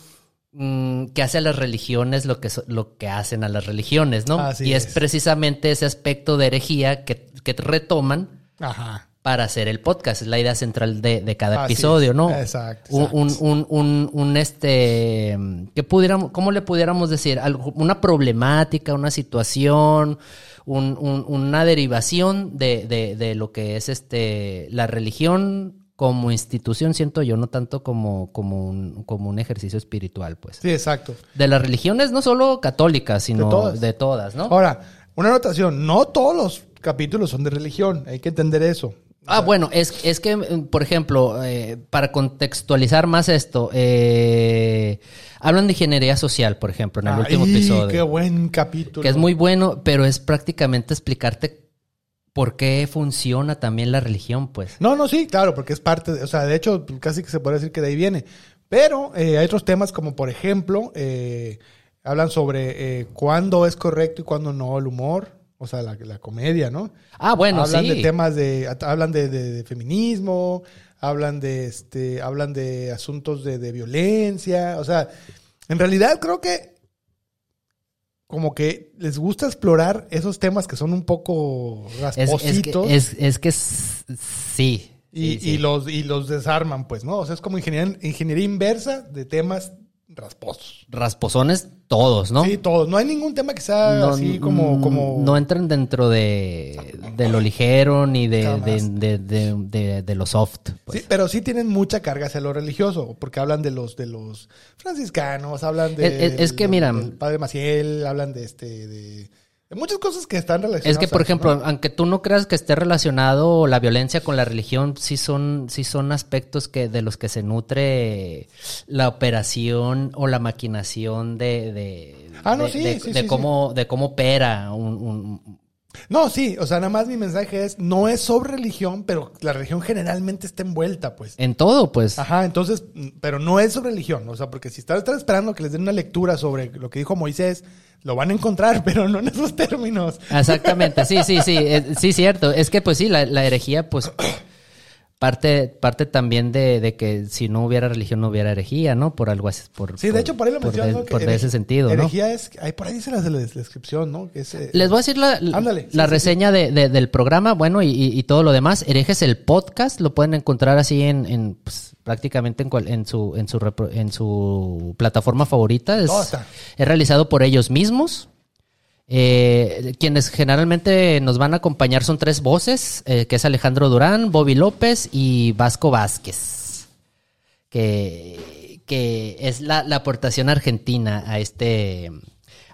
[SPEAKER 3] mm, que hace a las religiones lo que, so- lo que hacen a las religiones, ¿no?
[SPEAKER 2] Así
[SPEAKER 3] y es,
[SPEAKER 2] es.
[SPEAKER 3] precisamente ese aspecto de herejía que, que retoman
[SPEAKER 2] Ajá.
[SPEAKER 3] para hacer el podcast. Es la idea central de, de cada
[SPEAKER 2] Así
[SPEAKER 3] episodio,
[SPEAKER 2] es.
[SPEAKER 3] ¿no?
[SPEAKER 2] Exacto,
[SPEAKER 3] Un,
[SPEAKER 2] exacto.
[SPEAKER 3] un, un, un, un, este. que pudiéramos, ¿Cómo le pudiéramos decir? Algo- una problemática, una situación, un- un- una derivación de, de, de lo que es este la religión como institución, siento yo, no tanto como, como, un, como un ejercicio espiritual, pues.
[SPEAKER 2] Sí, exacto.
[SPEAKER 3] De las religiones, no solo católicas, sino de todas,
[SPEAKER 2] todas.
[SPEAKER 3] ¿no?
[SPEAKER 2] Ahora, una anotación, no todos los capítulos son de religión, hay que entender eso.
[SPEAKER 3] Ah, bueno, es, es que, mm, por ejemplo, eh, para contextualizar más esto, eh, hablan de ingeniería social, por ejemplo, en el último
[SPEAKER 2] Ay,
[SPEAKER 3] episodio.
[SPEAKER 2] Ah, qué buen capítulo.
[SPEAKER 3] Que es muy bueno, pero es prácticamente explicarte por qué funciona también la religión, pues.
[SPEAKER 2] No, no, sí, claro, porque es parte, de- o sea, de hecho, pues, casi que se puede decir que de ahí viene. Pero eh, hay otros temas como, por ejemplo, eh, hablan sobre eh, cuándo es correcto y cuándo no el humor, o sea, la, la comedia, ¿no?
[SPEAKER 3] Ah, bueno,
[SPEAKER 2] hablan
[SPEAKER 3] sí.
[SPEAKER 2] de temas de, hablan de, de- de feminismo, hablan de, este, hablan de asuntos de, de violencia, o sea, en realidad creo que como que les gusta explorar esos temas que son un poco
[SPEAKER 3] es,
[SPEAKER 2] raspositos.
[SPEAKER 3] es que, es, es que s- sí.
[SPEAKER 2] Y,
[SPEAKER 3] sí,
[SPEAKER 2] y
[SPEAKER 3] sí.
[SPEAKER 2] los, y los desarman, pues, ¿no? O sea, es como ingeniería, ingeniería inversa de temas rasposos.
[SPEAKER 3] Rasposones todos, ¿no?
[SPEAKER 2] Sí, todos. No hay ningún tema que sea
[SPEAKER 3] no,
[SPEAKER 2] así como...
[SPEAKER 3] mm,
[SPEAKER 2] como...
[SPEAKER 3] no entran dentro de, de lo ligero ni de,
[SPEAKER 2] Jamás.
[SPEAKER 3] de, de, de- de- de lo soft. pues.
[SPEAKER 2] Sí, pero sí tienen mucha carga hacia lo religioso, porque hablan de los de los franciscanos, hablan de...
[SPEAKER 3] Es- es- es que,
[SPEAKER 2] del-
[SPEAKER 3] mira,
[SPEAKER 2] del Padre Maciel, hablan de este... De, de muchas cosas que están relacionadas.
[SPEAKER 3] Es que, por
[SPEAKER 2] a eso,
[SPEAKER 3] ejemplo,
[SPEAKER 2] ¿no?
[SPEAKER 3] aunque tú no creas que esté relacionado la violencia con la religión, sí son, sí son aspectos que, de los que se nutre la operación o la maquinación de, de,
[SPEAKER 2] Ah, no,
[SPEAKER 3] de-
[SPEAKER 2] sí,
[SPEAKER 3] de-
[SPEAKER 2] sí,
[SPEAKER 3] de
[SPEAKER 2] sí,
[SPEAKER 3] cómo, de cómo opera un, un-
[SPEAKER 2] No, sí, o sea, nada más mi mensaje es, no es sobre religión, pero la religión generalmente está envuelta, pues.
[SPEAKER 3] en todo, pues.
[SPEAKER 2] Ajá, entonces, mm, pero no es sobre religión, o sea, porque si estás, estás esperando que les den una lectura sobre lo que dijo Moisés, lo van a encontrar, <laughs> pero no en esos términos.
[SPEAKER 3] Exactamente, sí, sí, sí, eh, sí, cierto. Es que, pues sí, la, la herejía, pues, parte, parte también de, de que si no hubiera religión no hubiera herejía, ¿no? Por algo así, por,
[SPEAKER 2] Sí, de
[SPEAKER 3] por-
[SPEAKER 2] hecho, por ahí lo
[SPEAKER 3] por de-
[SPEAKER 2] mencionan. ¿no? Que
[SPEAKER 3] por de
[SPEAKER 2] herej-
[SPEAKER 3] ese sentido, ¿no?
[SPEAKER 2] Herejía es, ahí por ahí dice la, la descripción, ¿no? Que es, eh,
[SPEAKER 3] Les voy a decir la, la-
[SPEAKER 2] Ándale, sí,
[SPEAKER 3] la
[SPEAKER 2] sí,
[SPEAKER 3] reseña de- de- del programa, bueno, y, y- y todo lo demás. Herejes el podcast, lo pueden encontrar así en, en, pues, prácticamente en, cual- en su, en, su repro- en su plataforma favorita. Es,
[SPEAKER 2] todo está.
[SPEAKER 3] es realizado por ellos mismos. Eh, quienes generalmente nos van a acompañar son tres voces, eh, que es Alejandro Durán, Bobby López y Vasco Vázquez, que, que es la, la aportación argentina a este,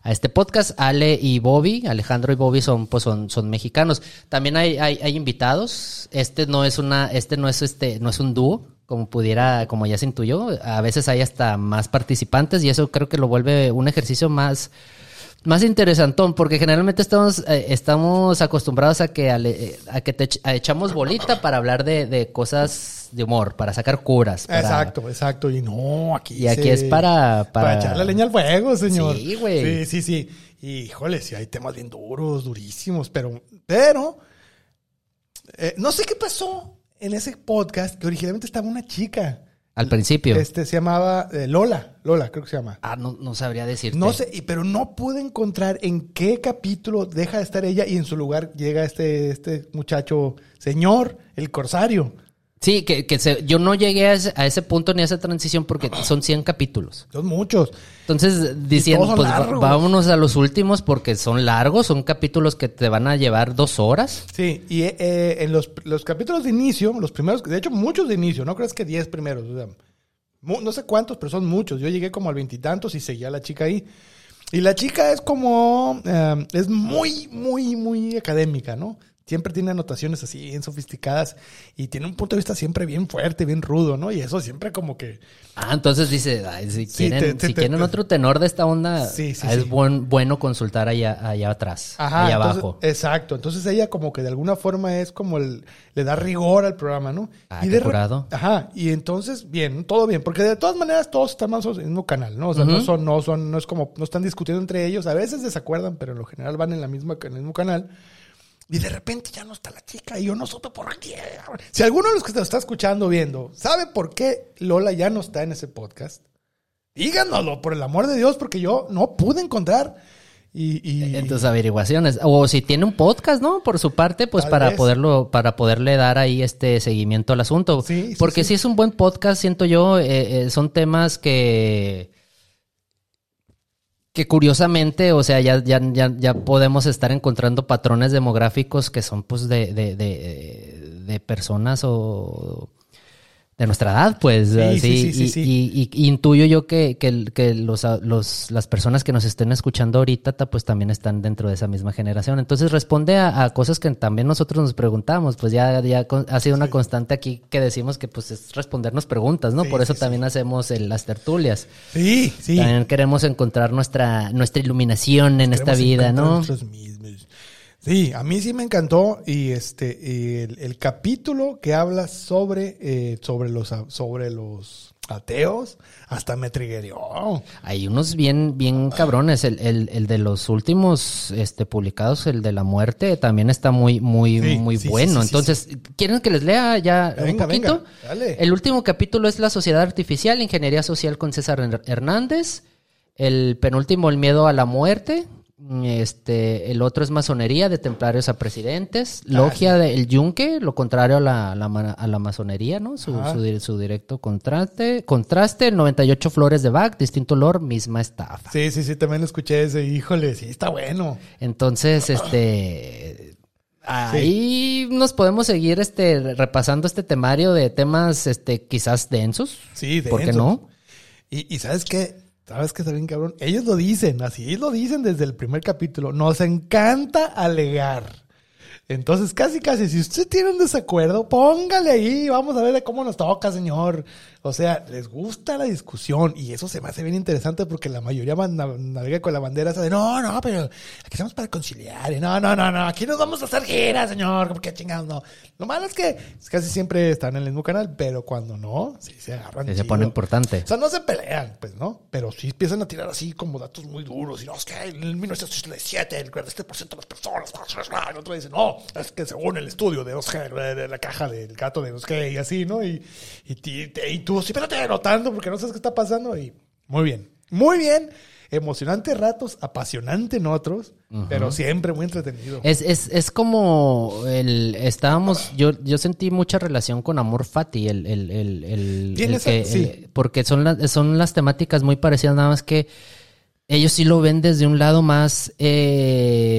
[SPEAKER 3] a este podcast. Ale y Bobby, Alejandro y Bobby son, pues son, son mexicanos. También hay, hay, hay invitados. Este no es una, este no es este, no es un dúo. Como pudiera, como ya se intuyó, a veces hay hasta más participantes y eso creo que lo vuelve un ejercicio más, más interesantón, porque generalmente estamos, eh, estamos acostumbrados a que, ale- eh, a que te ech- a echamos bolita para hablar de, de cosas de humor, para sacar curas. para-
[SPEAKER 2] Exacto, exacto. Y no, aquí
[SPEAKER 3] Y aquí
[SPEAKER 2] se-
[SPEAKER 3] es para- para-
[SPEAKER 2] echar la leña al fuego, señor.
[SPEAKER 3] Sí, güey.
[SPEAKER 2] Sí, sí, sí. Y, híjole, sí hay temas bien duros, durísimos, pero... Pero... eh, no sé qué pasó en ese podcast que originalmente estaba una chica.
[SPEAKER 3] Al principio.
[SPEAKER 2] Este se llamaba eh, Lola, Lola creo que se llama.
[SPEAKER 3] Ah, este. no, no sabría decirte.
[SPEAKER 2] No sé, y- pero no pude encontrar en qué capítulo deja de estar ella y en su lugar llega este, este muchacho, señor, el corsario.
[SPEAKER 3] Sí, que, que se- yo no llegué a ese, a ese punto ni a esa transición porque son 100 capítulos.
[SPEAKER 2] Son muchos.
[SPEAKER 3] Entonces, diciendo,
[SPEAKER 2] son
[SPEAKER 3] pues va-
[SPEAKER 2] largos.
[SPEAKER 3] vámonos a los últimos porque son largos, son capítulos que te van a llevar dos horas.
[SPEAKER 2] Sí, y eh, eh, en los, los capítulos de inicio, los primeros, de hecho muchos de inicio, no crees que 10 primeros, o sea, mu- no sé cuántos, pero son muchos. Yo llegué como al veintitantos y, seguía a la chica ahí. Y la chica es como, eh, es muy, muy, muy académica, ¿no? Siempre tiene anotaciones así bien sofisticadas y tiene un punto de vista siempre bien fuerte, bien rudo, ¿no? Y eso siempre como que...
[SPEAKER 3] Ah, entonces dice, ay, si
[SPEAKER 2] Sí,
[SPEAKER 3] quieren,
[SPEAKER 2] te- te-
[SPEAKER 3] si
[SPEAKER 2] te-
[SPEAKER 3] quieren
[SPEAKER 2] te-
[SPEAKER 3] otro tenor de esta onda,
[SPEAKER 2] Sí, sí,
[SPEAKER 3] ah, es
[SPEAKER 2] sí.
[SPEAKER 3] buen- bueno consultar allá, allá atrás,
[SPEAKER 2] Ajá,
[SPEAKER 3] allá
[SPEAKER 2] entonces-
[SPEAKER 3] abajo.
[SPEAKER 2] Exacto. Entonces ella como que de alguna forma es como el, le da rigor al programa, ¿no?
[SPEAKER 3] Ah,
[SPEAKER 2] y
[SPEAKER 3] qué
[SPEAKER 2] de re-
[SPEAKER 3] curado.
[SPEAKER 2] Ajá. Y entonces, bien, todo bien. Porque de todas maneras todos están más o menos en el mismo canal, ¿no? O sea, no
[SPEAKER 3] Ujú.
[SPEAKER 2] son, no son, no es como, no están discutiendo entre ellos. A veces desacuerdan, pero en lo general van en la misma, en el mismo canal. Y de repente ya no está la chica y yo no supe por qué. Si alguno de los que te está escuchando o viendo sabe por qué Lola ya no está en ese podcast, díganoslo, por el amor de Dios, porque yo no pude encontrar. Y, y-
[SPEAKER 3] en tus averiguaciones. O si tiene un podcast, ¿no? Por su parte, pues
[SPEAKER 2] Tal
[SPEAKER 3] para
[SPEAKER 2] vez.
[SPEAKER 3] poderlo, para poderle dar ahí este seguimiento al asunto.
[SPEAKER 2] Sí, sí,
[SPEAKER 3] Porque
[SPEAKER 2] sí.
[SPEAKER 3] si es un buen podcast, siento yo, eh, eh, son temas que que curiosamente, o sea, ya, ya, ya, ya podemos estar encontrando patrones demográficos que son pues de, de, de, de personas o de nuestra edad, pues.
[SPEAKER 2] Sí,
[SPEAKER 3] así,
[SPEAKER 2] sí, sí,
[SPEAKER 3] y,
[SPEAKER 2] sí,
[SPEAKER 3] y- y- y intuyo yo que, que- que los, los- las personas que nos estén escuchando ahorita, ta, pues también están dentro de esa misma generación. Entonces responde a, a cosas que también nosotros nos preguntamos, pues ya, ya con- ha sido una constante aquí que decimos que pues es respondernos preguntas, ¿no?
[SPEAKER 2] Sí,
[SPEAKER 3] Por eso
[SPEAKER 2] sí, sí.
[SPEAKER 3] también hacemos el- las tertulias.
[SPEAKER 2] Sí, sí.
[SPEAKER 3] También queremos encontrar nuestra, nuestra iluminación en esta
[SPEAKER 2] Queremos
[SPEAKER 3] vida,
[SPEAKER 2] encontrar
[SPEAKER 3] ¿no?
[SPEAKER 2] nosotros mismos. Sí, a mí sí me encantó y este y el, el capítulo que habla sobre eh, sobre los a- sobre los ateos hasta me trigueó.
[SPEAKER 3] Hay unos bien, bien cabrones. El, el- el de los últimos este, publicados, el de la muerte, también está muy, muy,
[SPEAKER 2] Sí,
[SPEAKER 3] muy
[SPEAKER 2] sí, sí,
[SPEAKER 3] bueno.
[SPEAKER 2] sí, sí,
[SPEAKER 3] Entonces, ¿quieren que les lea ya
[SPEAKER 2] Venga,
[SPEAKER 3] un poquito?
[SPEAKER 2] venga, dale.
[SPEAKER 3] El último capítulo es La Sociedad Artificial, Ingeniería Social con César Her- Hernández. El penúltimo, El Miedo a la Muerte. Este, el otro es masonería de templarios a presidentes, logia del yunque, lo contrario a la, a la ma- a la masonería, ¿no? Su,
[SPEAKER 2] Ajá.
[SPEAKER 3] su di- su directo contraste, contraste, el 98 flores de Bach, distinto olor, misma estafa.
[SPEAKER 2] Sí, sí, sí, también lo escuché ese, híjole, sí está bueno. <clears throat>
[SPEAKER 3] Entonces, este ahí nos podemos seguir este repasando este temario de temas este quizás densos.
[SPEAKER 2] Sí, de
[SPEAKER 3] ¿Por qué
[SPEAKER 2] eso.
[SPEAKER 3] no?
[SPEAKER 2] Y, y ¿sabes qué? ¿Sabes qué está bien cabrón? Ellos lo dicen, así lo dicen desde el primer capítulo. Nos encanta alegar. Entonces, casi, casi, si usted tiene un desacuerdo, póngale ahí, vamos a ver de cómo nos toca, señor. O sea, les gusta la discusión y eso se me hace bien interesante porque la mayoría man- nav- navega con la bandera esa de, no, no, pero aquí estamos para conciliar, y no, no, no, no, aquí nos vamos a hacer giras, señor, porque chingados, no. Lo malo es que casi siempre están en el mismo canal, pero cuando no, sí se agarran.
[SPEAKER 3] Se
[SPEAKER 2] chido.
[SPEAKER 3] pone importante.
[SPEAKER 2] O sea, no se pelean, pues, ¿no? Pero sí empiezan a tirar así como datos muy duros. Y no, es que en el 1967 el 47% de las personas... El otro dice, no, es que según el estudio de los que, de de la caja del gato de los que y así, ¿no? Y, y, ti- te- y tú, sí, espérate, anotando porque no sabes qué está pasando. Y muy bien, muy bien. Emocionante ratos, apasionante en otros, pero siempre muy entretenido.
[SPEAKER 3] Es, es, es como el estábamos, yo, yo sentí mucha relación con Amor Fati, el, el, el, el-
[SPEAKER 2] Tiene
[SPEAKER 3] el
[SPEAKER 2] esa-
[SPEAKER 3] que-
[SPEAKER 2] sí.
[SPEAKER 3] el- porque son las, son las temáticas muy parecidas, nada más que ellos sí lo ven desde un lado más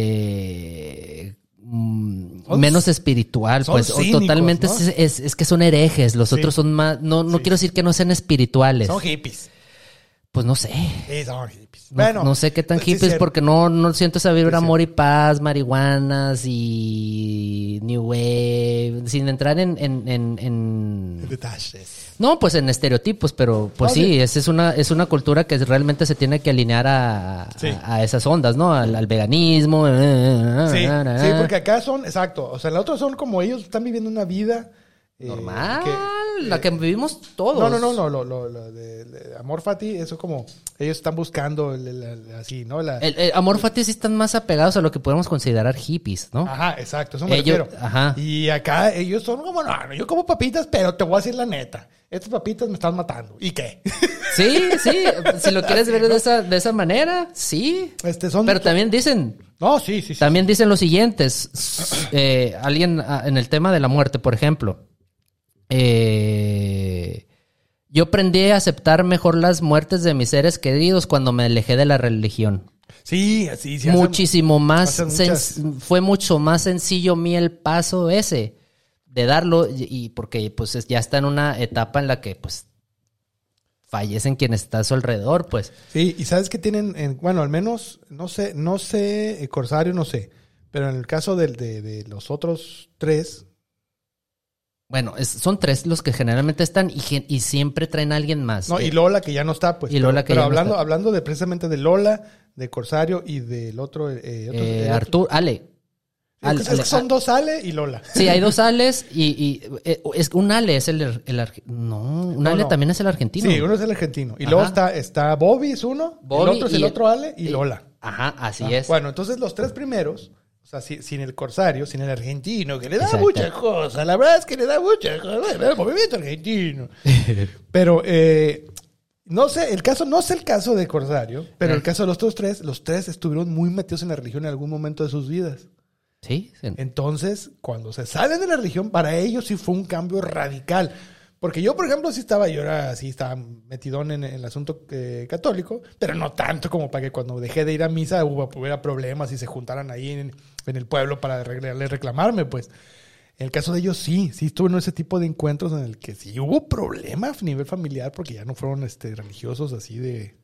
[SPEAKER 3] eh, mm,
[SPEAKER 2] Son-
[SPEAKER 3] menos espiritual,
[SPEAKER 2] son
[SPEAKER 3] pues, o
[SPEAKER 2] cínicos,
[SPEAKER 3] totalmente
[SPEAKER 2] ¿no?
[SPEAKER 3] es, es- es que son herejes, los
[SPEAKER 2] Sí.
[SPEAKER 3] otros son más, no, no
[SPEAKER 2] Sí.
[SPEAKER 3] quiero decir que no sean espirituales,
[SPEAKER 2] Son hippies.
[SPEAKER 3] pues no sé.
[SPEAKER 2] Sí, son hippies. pues,
[SPEAKER 3] No- no, sé qué tan
[SPEAKER 2] sí,
[SPEAKER 3] hippies
[SPEAKER 2] cierto.
[SPEAKER 3] porque no, no siento esa vibra
[SPEAKER 2] Sí,
[SPEAKER 3] amor y paz, marihuanas y New Wave, sin entrar en... en- en- en-
[SPEAKER 2] Detalles.
[SPEAKER 3] No, pues en estereotipos, pero pues
[SPEAKER 2] Ah,
[SPEAKER 3] sí,
[SPEAKER 2] sí.
[SPEAKER 3] esa es una, es una cultura que realmente se tiene que alinear a,
[SPEAKER 2] Sí.
[SPEAKER 3] a, a esas ondas, ¿no? Al, al veganismo. eh,
[SPEAKER 2] Sí,
[SPEAKER 3] Ah,
[SPEAKER 2] sí, porque acá son, exacto. O sea, la otra son como ellos están viviendo una vida eh,
[SPEAKER 3] Normal,
[SPEAKER 2] que-
[SPEAKER 3] la que vivimos todos.
[SPEAKER 2] no, no, no, no, lo, lo- lo de, de Amor Fati, eso como ellos están buscando el- el- el- así, ¿no? La,
[SPEAKER 3] El, el amor fati sí están más apegados a lo que podemos considerar hippies, ¿no?
[SPEAKER 2] Ajá, exacto, eso me
[SPEAKER 3] Ellos-
[SPEAKER 2] refiero.
[SPEAKER 3] ajá.
[SPEAKER 2] Y acá ellos son como, no, no, yo como papitas, pero te voy a decir la neta. Estas papitas me están matando. ¿Y qué? <laughs>
[SPEAKER 3] Sí, sí, si lo quieres ver de esa, de esa manera, sí.
[SPEAKER 2] Este son
[SPEAKER 3] Pero también dicen,
[SPEAKER 2] No, sí, sí, sí.
[SPEAKER 3] también dicen los siguientes. S- eh, alguien ah, en el tema de la muerte, por ejemplo. Eh, yo aprendí a aceptar mejor las muertes de mis seres queridos cuando me alejé de la religión.
[SPEAKER 2] Sí, así sí. hacen-
[SPEAKER 3] Muchísimo más.
[SPEAKER 2] hacen
[SPEAKER 3] sen-
[SPEAKER 2] muchas.
[SPEAKER 3] Fue mucho más sencillo a mí el paso ese de darlo y, y porque pues es- ya está en una etapa en la que pues fallecen quienes está a su alrededor, pues.
[SPEAKER 2] Sí, y sabes que tienen, en- bueno, al menos, no sé, no sé, eh, Corsario, no sé, pero en el caso del- de, de los otros tres,
[SPEAKER 3] Bueno, es- son tres los que generalmente están y, gen- y siempre traen a alguien más.
[SPEAKER 2] no,
[SPEAKER 3] Eh,
[SPEAKER 2] y Lola que ya no está, pues.
[SPEAKER 3] Y Lola que
[SPEAKER 2] pero, pero
[SPEAKER 3] ya no
[SPEAKER 2] hablando,
[SPEAKER 3] está.
[SPEAKER 2] hablando de precisamente de Lola, de Corsario y del otro, eh, otro-
[SPEAKER 3] eh,
[SPEAKER 2] el otro-
[SPEAKER 3] Artur, Ale.
[SPEAKER 2] Es que-
[SPEAKER 3] Ale,
[SPEAKER 2] es que
[SPEAKER 3] Ale,
[SPEAKER 2] son
[SPEAKER 3] Ale.
[SPEAKER 2] dos Ale y Lola.
[SPEAKER 3] Sí, hay
[SPEAKER 2] <laughs>
[SPEAKER 3] dos Ales y, y, eh, es un Ale es el, ar- el ar- no, un
[SPEAKER 2] No,
[SPEAKER 3] Ale
[SPEAKER 2] no.
[SPEAKER 3] también es el argentino.
[SPEAKER 2] Sí, uno es el argentino. Y
[SPEAKER 3] Ajá.
[SPEAKER 2] luego está, está Bobby, es uno,
[SPEAKER 3] Bobby
[SPEAKER 2] el otro es
[SPEAKER 3] y
[SPEAKER 2] el
[SPEAKER 3] el-
[SPEAKER 2] otro Ale y
[SPEAKER 3] y-
[SPEAKER 2] Lola.
[SPEAKER 3] Ajá, así
[SPEAKER 2] Ah,
[SPEAKER 3] es.
[SPEAKER 2] Bueno, entonces los tres primeros, o sea, si- sin el corsario, sin el argentino, que le da
[SPEAKER 3] Exacto.
[SPEAKER 2] muchas cosas, la verdad es que le da muchas cosas, el movimiento argentino. pero, eh, no sé, el caso, no sé el caso de corsario, pero el caso de los otros tres, los tres estuvieron muy metidos en la religión en algún momento de sus vidas.
[SPEAKER 3] <laughs> sí, sí.
[SPEAKER 2] Entonces, cuando se salen de la religión, para ellos sí fue un cambio radical. Porque yo, por ejemplo, sí estaba, yo era así, estaba metidón en, el asunto eh, católico, pero no tanto como para que cuando dejé de ir a misa hubo- hubiera problemas y se juntaran ahí en, en el pueblo para reg- reclamarme, pues. En el caso de ellos, sí, sí estuve en ese tipo de encuentros en el que sí hubo problemas a nivel familiar porque ya no fueron este, religiosos así de...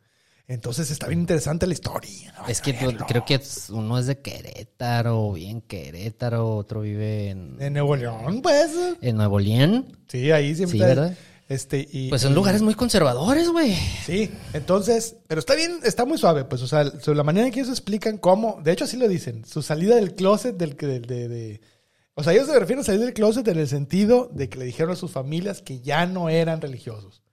[SPEAKER 2] Entonces está bien interesante la historia. Vayan
[SPEAKER 3] Es que
[SPEAKER 2] a verlo.
[SPEAKER 3] creo que es- uno es de Querétaro, bien Querétaro, otro vive en,
[SPEAKER 2] En Nuevo León, pues.
[SPEAKER 3] en Nuevo León.
[SPEAKER 2] Sí, ahí siempre.
[SPEAKER 3] Sí, ¿verdad?
[SPEAKER 2] Este, y,
[SPEAKER 3] Pues son
[SPEAKER 2] y-
[SPEAKER 3] lugares muy conservadores, güey.
[SPEAKER 2] Sí, entonces, pero está bien, está muy suave, pues, o sea, sobre la manera en que ellos explican cómo, de hecho así lo dicen, su salida del closet, del que, del- de, de- o sea, ellos se refieren a salir del closet en el sentido de que le dijeron a sus familias que ya no eran religiosos.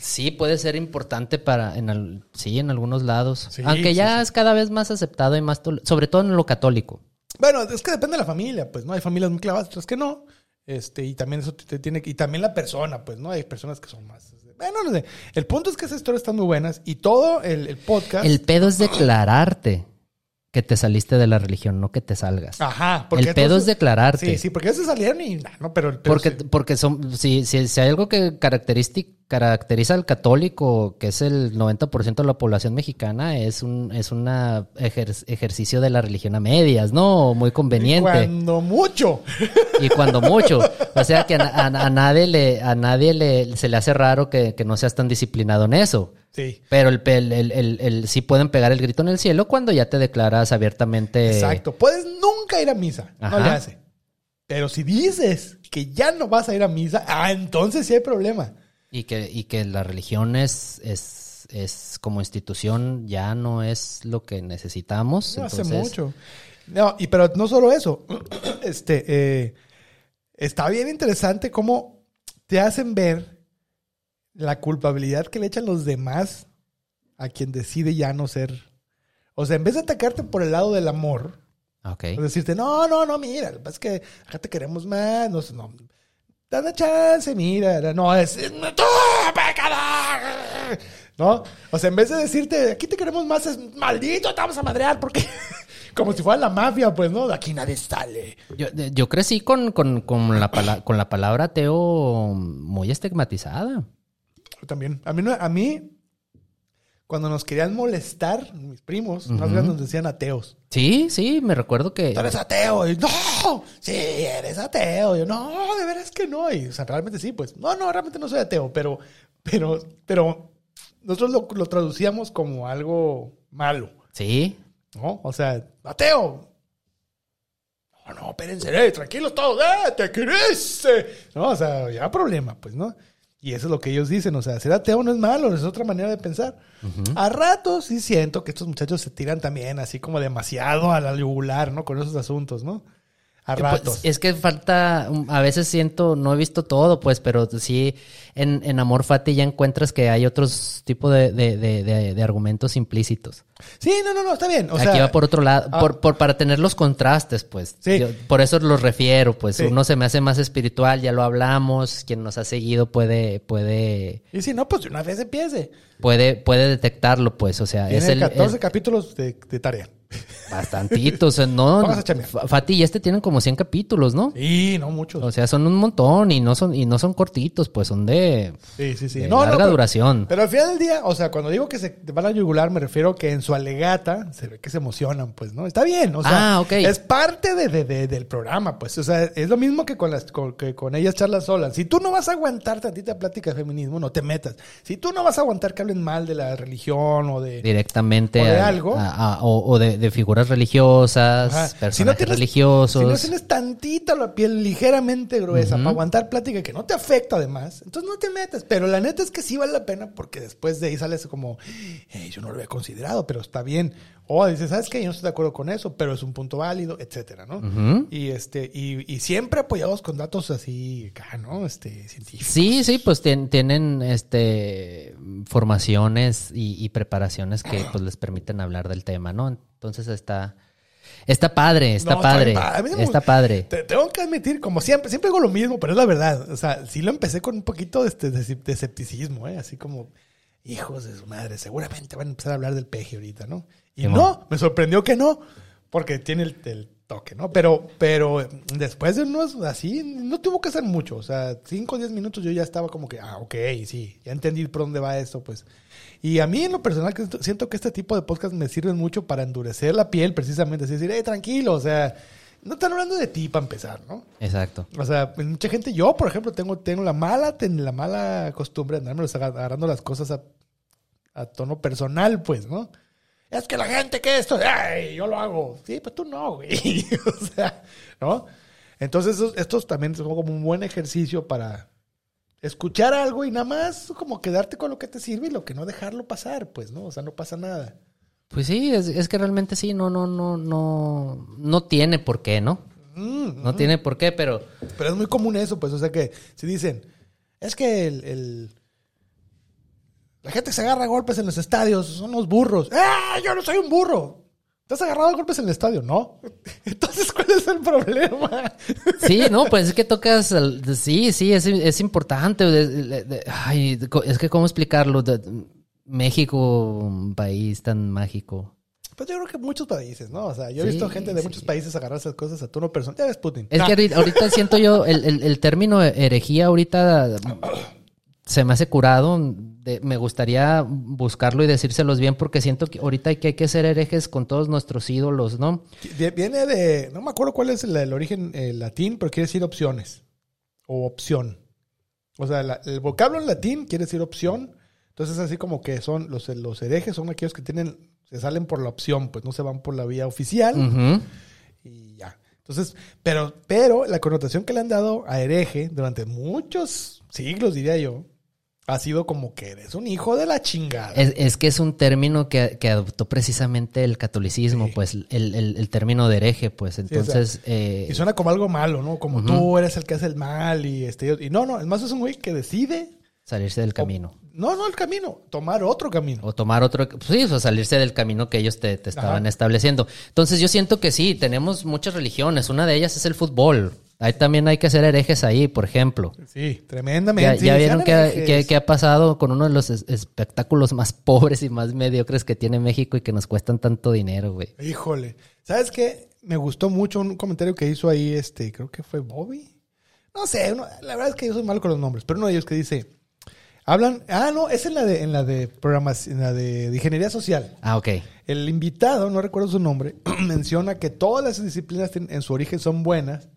[SPEAKER 3] Sí, puede ser importante para, en al- sí, en algunos lados.
[SPEAKER 2] Sí,
[SPEAKER 3] Aunque
[SPEAKER 2] sí,
[SPEAKER 3] ya es cada vez más aceptado y más, tol- sobre todo en lo católico.
[SPEAKER 2] Bueno, es que depende de la familia, pues, ¿no? Hay familias muy clavadas, otras que no, este, y también eso te- te tiene que, y también la persona, pues, ¿no? Hay personas que son más, este, bueno, no sé, el punto es que esas historias están muy buenas y todo el, el podcast...
[SPEAKER 3] El pedo es declararte que te saliste de la religión, no que te salgas.
[SPEAKER 2] Ajá,
[SPEAKER 3] el pedo es
[SPEAKER 2] entonces-
[SPEAKER 3] declararte.
[SPEAKER 2] Sí, sí, porque ellos se salieron y, nah, no, pero... pero
[SPEAKER 3] Porque,
[SPEAKER 2] sí.
[SPEAKER 3] porque son, si, si, si hay algo que caracteristi- caracteriza al católico, que es el 90% de la población mexicana, es un es una ejer- ejercicio de la religión a medias, ¿no? Muy conveniente.
[SPEAKER 2] Cuando mucho.
[SPEAKER 3] y cuando mucho. O sea que a, a- a nadie le, a nadie le se le hace raro que, que no seas tan disciplinado en eso.
[SPEAKER 2] Sí.
[SPEAKER 3] Pero el, pe- el, el- el- el- sí pueden pegar el grito en el cielo cuando ya te declaras abiertamente.
[SPEAKER 2] Exacto. Puedes nunca ir a misa.
[SPEAKER 3] Ajá.
[SPEAKER 2] No le hace. Pero si dices que ya no vas a ir a misa, ah, entonces sí hay problema.
[SPEAKER 3] Y que, y que la religión es, es, es como institución ya no es lo que necesitamos.
[SPEAKER 2] No hace
[SPEAKER 3] entonces,
[SPEAKER 2] mucho. No, y pero no solo eso. <clears throat> Este eh, está bien interesante cómo te hacen ver la culpabilidad que le echan los demás a quien decide ya no ser. O sea, en vez de atacarte por el lado del amor,
[SPEAKER 3] Ok.
[SPEAKER 2] O Pues decirte, no, no, no, mira, lo que pasa es que acá te queremos más, no, sé, no, dame chance, mira, no, es tú, pecador, ¿no? O sea, en vez de decirte, aquí te queremos más, es maldito, te vamos a madrear, porque <laughs> como si fuera la mafia, pues, ¿no? De aquí nadie sale.
[SPEAKER 3] Yo, yo crecí con, con, con, la pala- con la palabra ateo muy estigmatizada.
[SPEAKER 2] Yo también, a mí, no- a mí, cuando nos querían molestar, mis primos, más
[SPEAKER 3] Ujú.
[SPEAKER 2] bien nos decían ateos.
[SPEAKER 3] Sí, sí, me recuerdo que...
[SPEAKER 2] Tú eres ateo. Y, no, sí, eres ateo. Yo, no, de veras que no. Y, o sea, realmente sí, pues, no, no, realmente no soy ateo, pero, pero, pero nosotros lo, lo traducíamos como algo malo,
[SPEAKER 3] Sí,
[SPEAKER 2] ¿no? O sea, ateo. No, no, espérense, eh, tranquilos todos, eh, te querés. eh. No, o sea, ya problema, pues, ¿no? Y eso es lo que ellos dicen, o sea, ser ateo no es malo, es otra manera de pensar. A ratos sí siento que estos muchachos se tiran también así como demasiado a la yugular, ¿no? Con esos asuntos, ¿no? A
[SPEAKER 3] Pues,
[SPEAKER 2] ratos.
[SPEAKER 3] es que falta, um, a veces siento, no he visto todo, pues, pero sí, en, en Amor Fati ya encuentras que hay otros tipo de, de- de- de- de argumentos implícitos.
[SPEAKER 2] Sí, no, no, no, está bien. O
[SPEAKER 3] Aquí
[SPEAKER 2] sea,
[SPEAKER 3] va por otro lado,
[SPEAKER 2] ah.
[SPEAKER 3] por, por- para tener los contrastes, pues.
[SPEAKER 2] Sí.
[SPEAKER 3] Yo por eso los refiero, pues.
[SPEAKER 2] Sí.
[SPEAKER 3] Uno se me hace más espiritual, ya lo hablamos, quien nos ha seguido puede, puede,
[SPEAKER 2] Y si no, pues de una vez empiece.
[SPEAKER 3] puede, puede detectarlo, pues. O sea,
[SPEAKER 2] Tiene
[SPEAKER 3] es el,
[SPEAKER 2] 14
[SPEAKER 3] el-
[SPEAKER 2] capítulos de, de tarea.
[SPEAKER 3] bastantito, o sea, no.
[SPEAKER 2] <laughs> Vamos a chambear.
[SPEAKER 3] Fa- Fati y este tienen como 100 capítulos, ¿no?
[SPEAKER 2] Sí, no muchos.
[SPEAKER 3] O sea, son un montón y no son, y no son cortitos, pues son de,
[SPEAKER 2] Sí, sí, sí.
[SPEAKER 3] de
[SPEAKER 2] No, no,
[SPEAKER 3] larga
[SPEAKER 2] pero-
[SPEAKER 3] duración.
[SPEAKER 2] Pero al final del día, o sea, cuando digo que se van a yugular, me refiero que en su alegata se ve que se emocionan, pues, ¿no? Está bien, o sea,
[SPEAKER 3] Ah, ok.
[SPEAKER 2] es parte de, de- de- del programa, pues, o sea, es lo mismo que con, las, con, que con ellas charlas solas. Si tú no vas a aguantar tantita plática de feminismo, no te metas. Si tú no vas a aguantar que hablen mal de la religión o de...
[SPEAKER 3] Directamente
[SPEAKER 2] o de
[SPEAKER 3] al-
[SPEAKER 2] algo.
[SPEAKER 3] a- a- o, o de, de figuras religiosas,
[SPEAKER 2] Ajá.
[SPEAKER 3] personajes
[SPEAKER 2] Si no tienes-
[SPEAKER 3] religiosos.
[SPEAKER 2] Si no tienes tantita la piel ligeramente gruesa para aguantar plática que no te afecta además, entonces no te metes. Pero la neta es que sí vale la pena porque después de ahí sales como, "Eh, yo no lo había considerado, pero está bien. O dices, ¿sabes qué? Yo no estoy de acuerdo con eso, pero es un punto válido, etcétera, ¿no?
[SPEAKER 3] Ujú.
[SPEAKER 2] Y este, y, y siempre apoyados con datos así, acá, ¿no? Este, científicos.
[SPEAKER 3] Sí, sí, pues tien- tienen este formaciones y, y preparaciones que pues les permiten hablar del tema, ¿no? Entonces está está padre, está
[SPEAKER 2] No, está
[SPEAKER 3] padre,
[SPEAKER 2] bien padre. A mí sí me
[SPEAKER 3] está
[SPEAKER 2] gusta.
[SPEAKER 3] padre.
[SPEAKER 2] Te- tengo que admitir, como siempre, siempre digo lo mismo, pero es la verdad. O sea, sí lo empecé con un poquito de, este- de escep- de escepticismo, ¿eh? Así como, hijos de su madre, seguramente van a empezar a hablar del peje ahorita, ¿no? Y
[SPEAKER 3] Simón.
[SPEAKER 2] no, me sorprendió que no, porque tiene el, el toque, ¿no? Pero, pero eh, después de unos así, no tuvo que hacer mucho. O sea, 5 o 10 minutos yo ya estaba como que, ah, ok, sí, ya entendí por dónde va esto, pues. Y a mí en lo personal que siento- siento que este tipo de podcast me sirven mucho para endurecer la piel precisamente, así decir, hey, "Eh, tranquilo, o sea, No están hablando de ti para empezar, ¿no?
[SPEAKER 3] Exacto.
[SPEAKER 2] O sea, pues, mucha gente, yo, por ejemplo, tengo, tengo la mala, ten- la mala costumbre de andarme agarrando las cosas a, a tono personal, pues, ¿no? Es que la gente que esto, ¡ay! Yo lo hago. Sí, pues tú no, güey. <laughs> o sea, ¿no? Entonces, estos, estos también son como un buen ejercicio para escuchar algo y nada más como quedarte con lo que te sirve y lo que no dejarlo pasar, pues, ¿no? O sea, no pasa nada.
[SPEAKER 3] Pues sí, es, es que realmente sí, no, no, no, no, no tiene por qué, ¿no?
[SPEAKER 2] Mm,
[SPEAKER 3] No tiene por qué, pero
[SPEAKER 2] Pero es muy común eso, pues, o sea que si dicen, es que el, el- la gente que se agarra a golpes en los estadios son los burros. ¡Ah! Yo no soy un burro. ¿Te has agarrado a golpes en el estadio? No. <laughs> Entonces, ¿cuál es el problema? <laughs>
[SPEAKER 3] sí, no, pues es que tocas, al- sí, sí, es, es importante. de- de- de- ay, de- co- es que cómo explicarlo. de- México, un país tan mágico.
[SPEAKER 2] Pues yo creo que muchos países, ¿no? O sea, yo he
[SPEAKER 3] Sí,
[SPEAKER 2] visto gente de
[SPEAKER 3] sí.
[SPEAKER 2] muchos países agarrar esas cosas a tono personal. Ya ves Putin.
[SPEAKER 3] Es
[SPEAKER 2] Ah,
[SPEAKER 3] que ahorita, ahorita siento yo el, el- el término herejía ahorita se me hace curado. de- me gustaría buscarlo y decírselos bien porque siento que ahorita hay que, hay que ser herejes con todos nuestros ídolos, ¿no?
[SPEAKER 2] vi- Viene de, no me acuerdo cuál es el, el origen eh, latín, pero quiere decir opciones. O opción. O sea, la- el vocablo en latín quiere decir opción. Entonces, así como que son los, los herejes, son aquellos que tienen, se salen por la opción, pues no se van por la vía oficial
[SPEAKER 3] Ujú.
[SPEAKER 2] y ya. Entonces, pero, pero la connotación que le han dado a hereje durante muchos siglos, diría yo, ha sido como que eres un hijo de la chingada.
[SPEAKER 3] Es, es que es un término que, que adoptó precisamente el catolicismo,
[SPEAKER 2] Sí.
[SPEAKER 3] pues el, el- el término de hereje, pues entonces... eh,
[SPEAKER 2] Y suena como algo malo, ¿no? Como
[SPEAKER 3] Ujú.
[SPEAKER 2] tú eres el que hace el mal y este. Y no, no, es más, es un güey que decide.
[SPEAKER 3] salirse del camino.
[SPEAKER 2] No, no el camino, tomar otro camino.
[SPEAKER 3] O tomar otro, pues sí, o salirse del camino que ellos te, te estaban
[SPEAKER 2] Ajá.
[SPEAKER 3] estableciendo. Entonces yo siento que sí, tenemos muchas religiones, una de ellas es el fútbol. Ahí también hay que hacer herejes ahí, por ejemplo.
[SPEAKER 2] Sí,
[SPEAKER 3] Ya,
[SPEAKER 2] tremendamente.
[SPEAKER 3] Oh. ya
[SPEAKER 2] Sí, sean
[SPEAKER 3] vieron qué
[SPEAKER 2] herejes.
[SPEAKER 3] qué- qué ha pasado con uno de los es- espectáculos más <laughs> pobres y más mediocres que tiene México y que nos cuestan tanto dinero, güey.
[SPEAKER 2] Híjole. ¿Sabes qué? Me gustó mucho un comentario que hizo ahí, este, creo que fue Bobby. No sé, uno- la verdad es que yo soy malo con los nombres, pero uno de ellos que dice. Hablan. Ah, no, es en la de, en la de programas, en la de, de ingeniería social.
[SPEAKER 3] Ah, ok.
[SPEAKER 2] El invitado, no recuerdo su nombre, <clears throat> menciona que todas las disciplinas tienen- en su origen son buenas,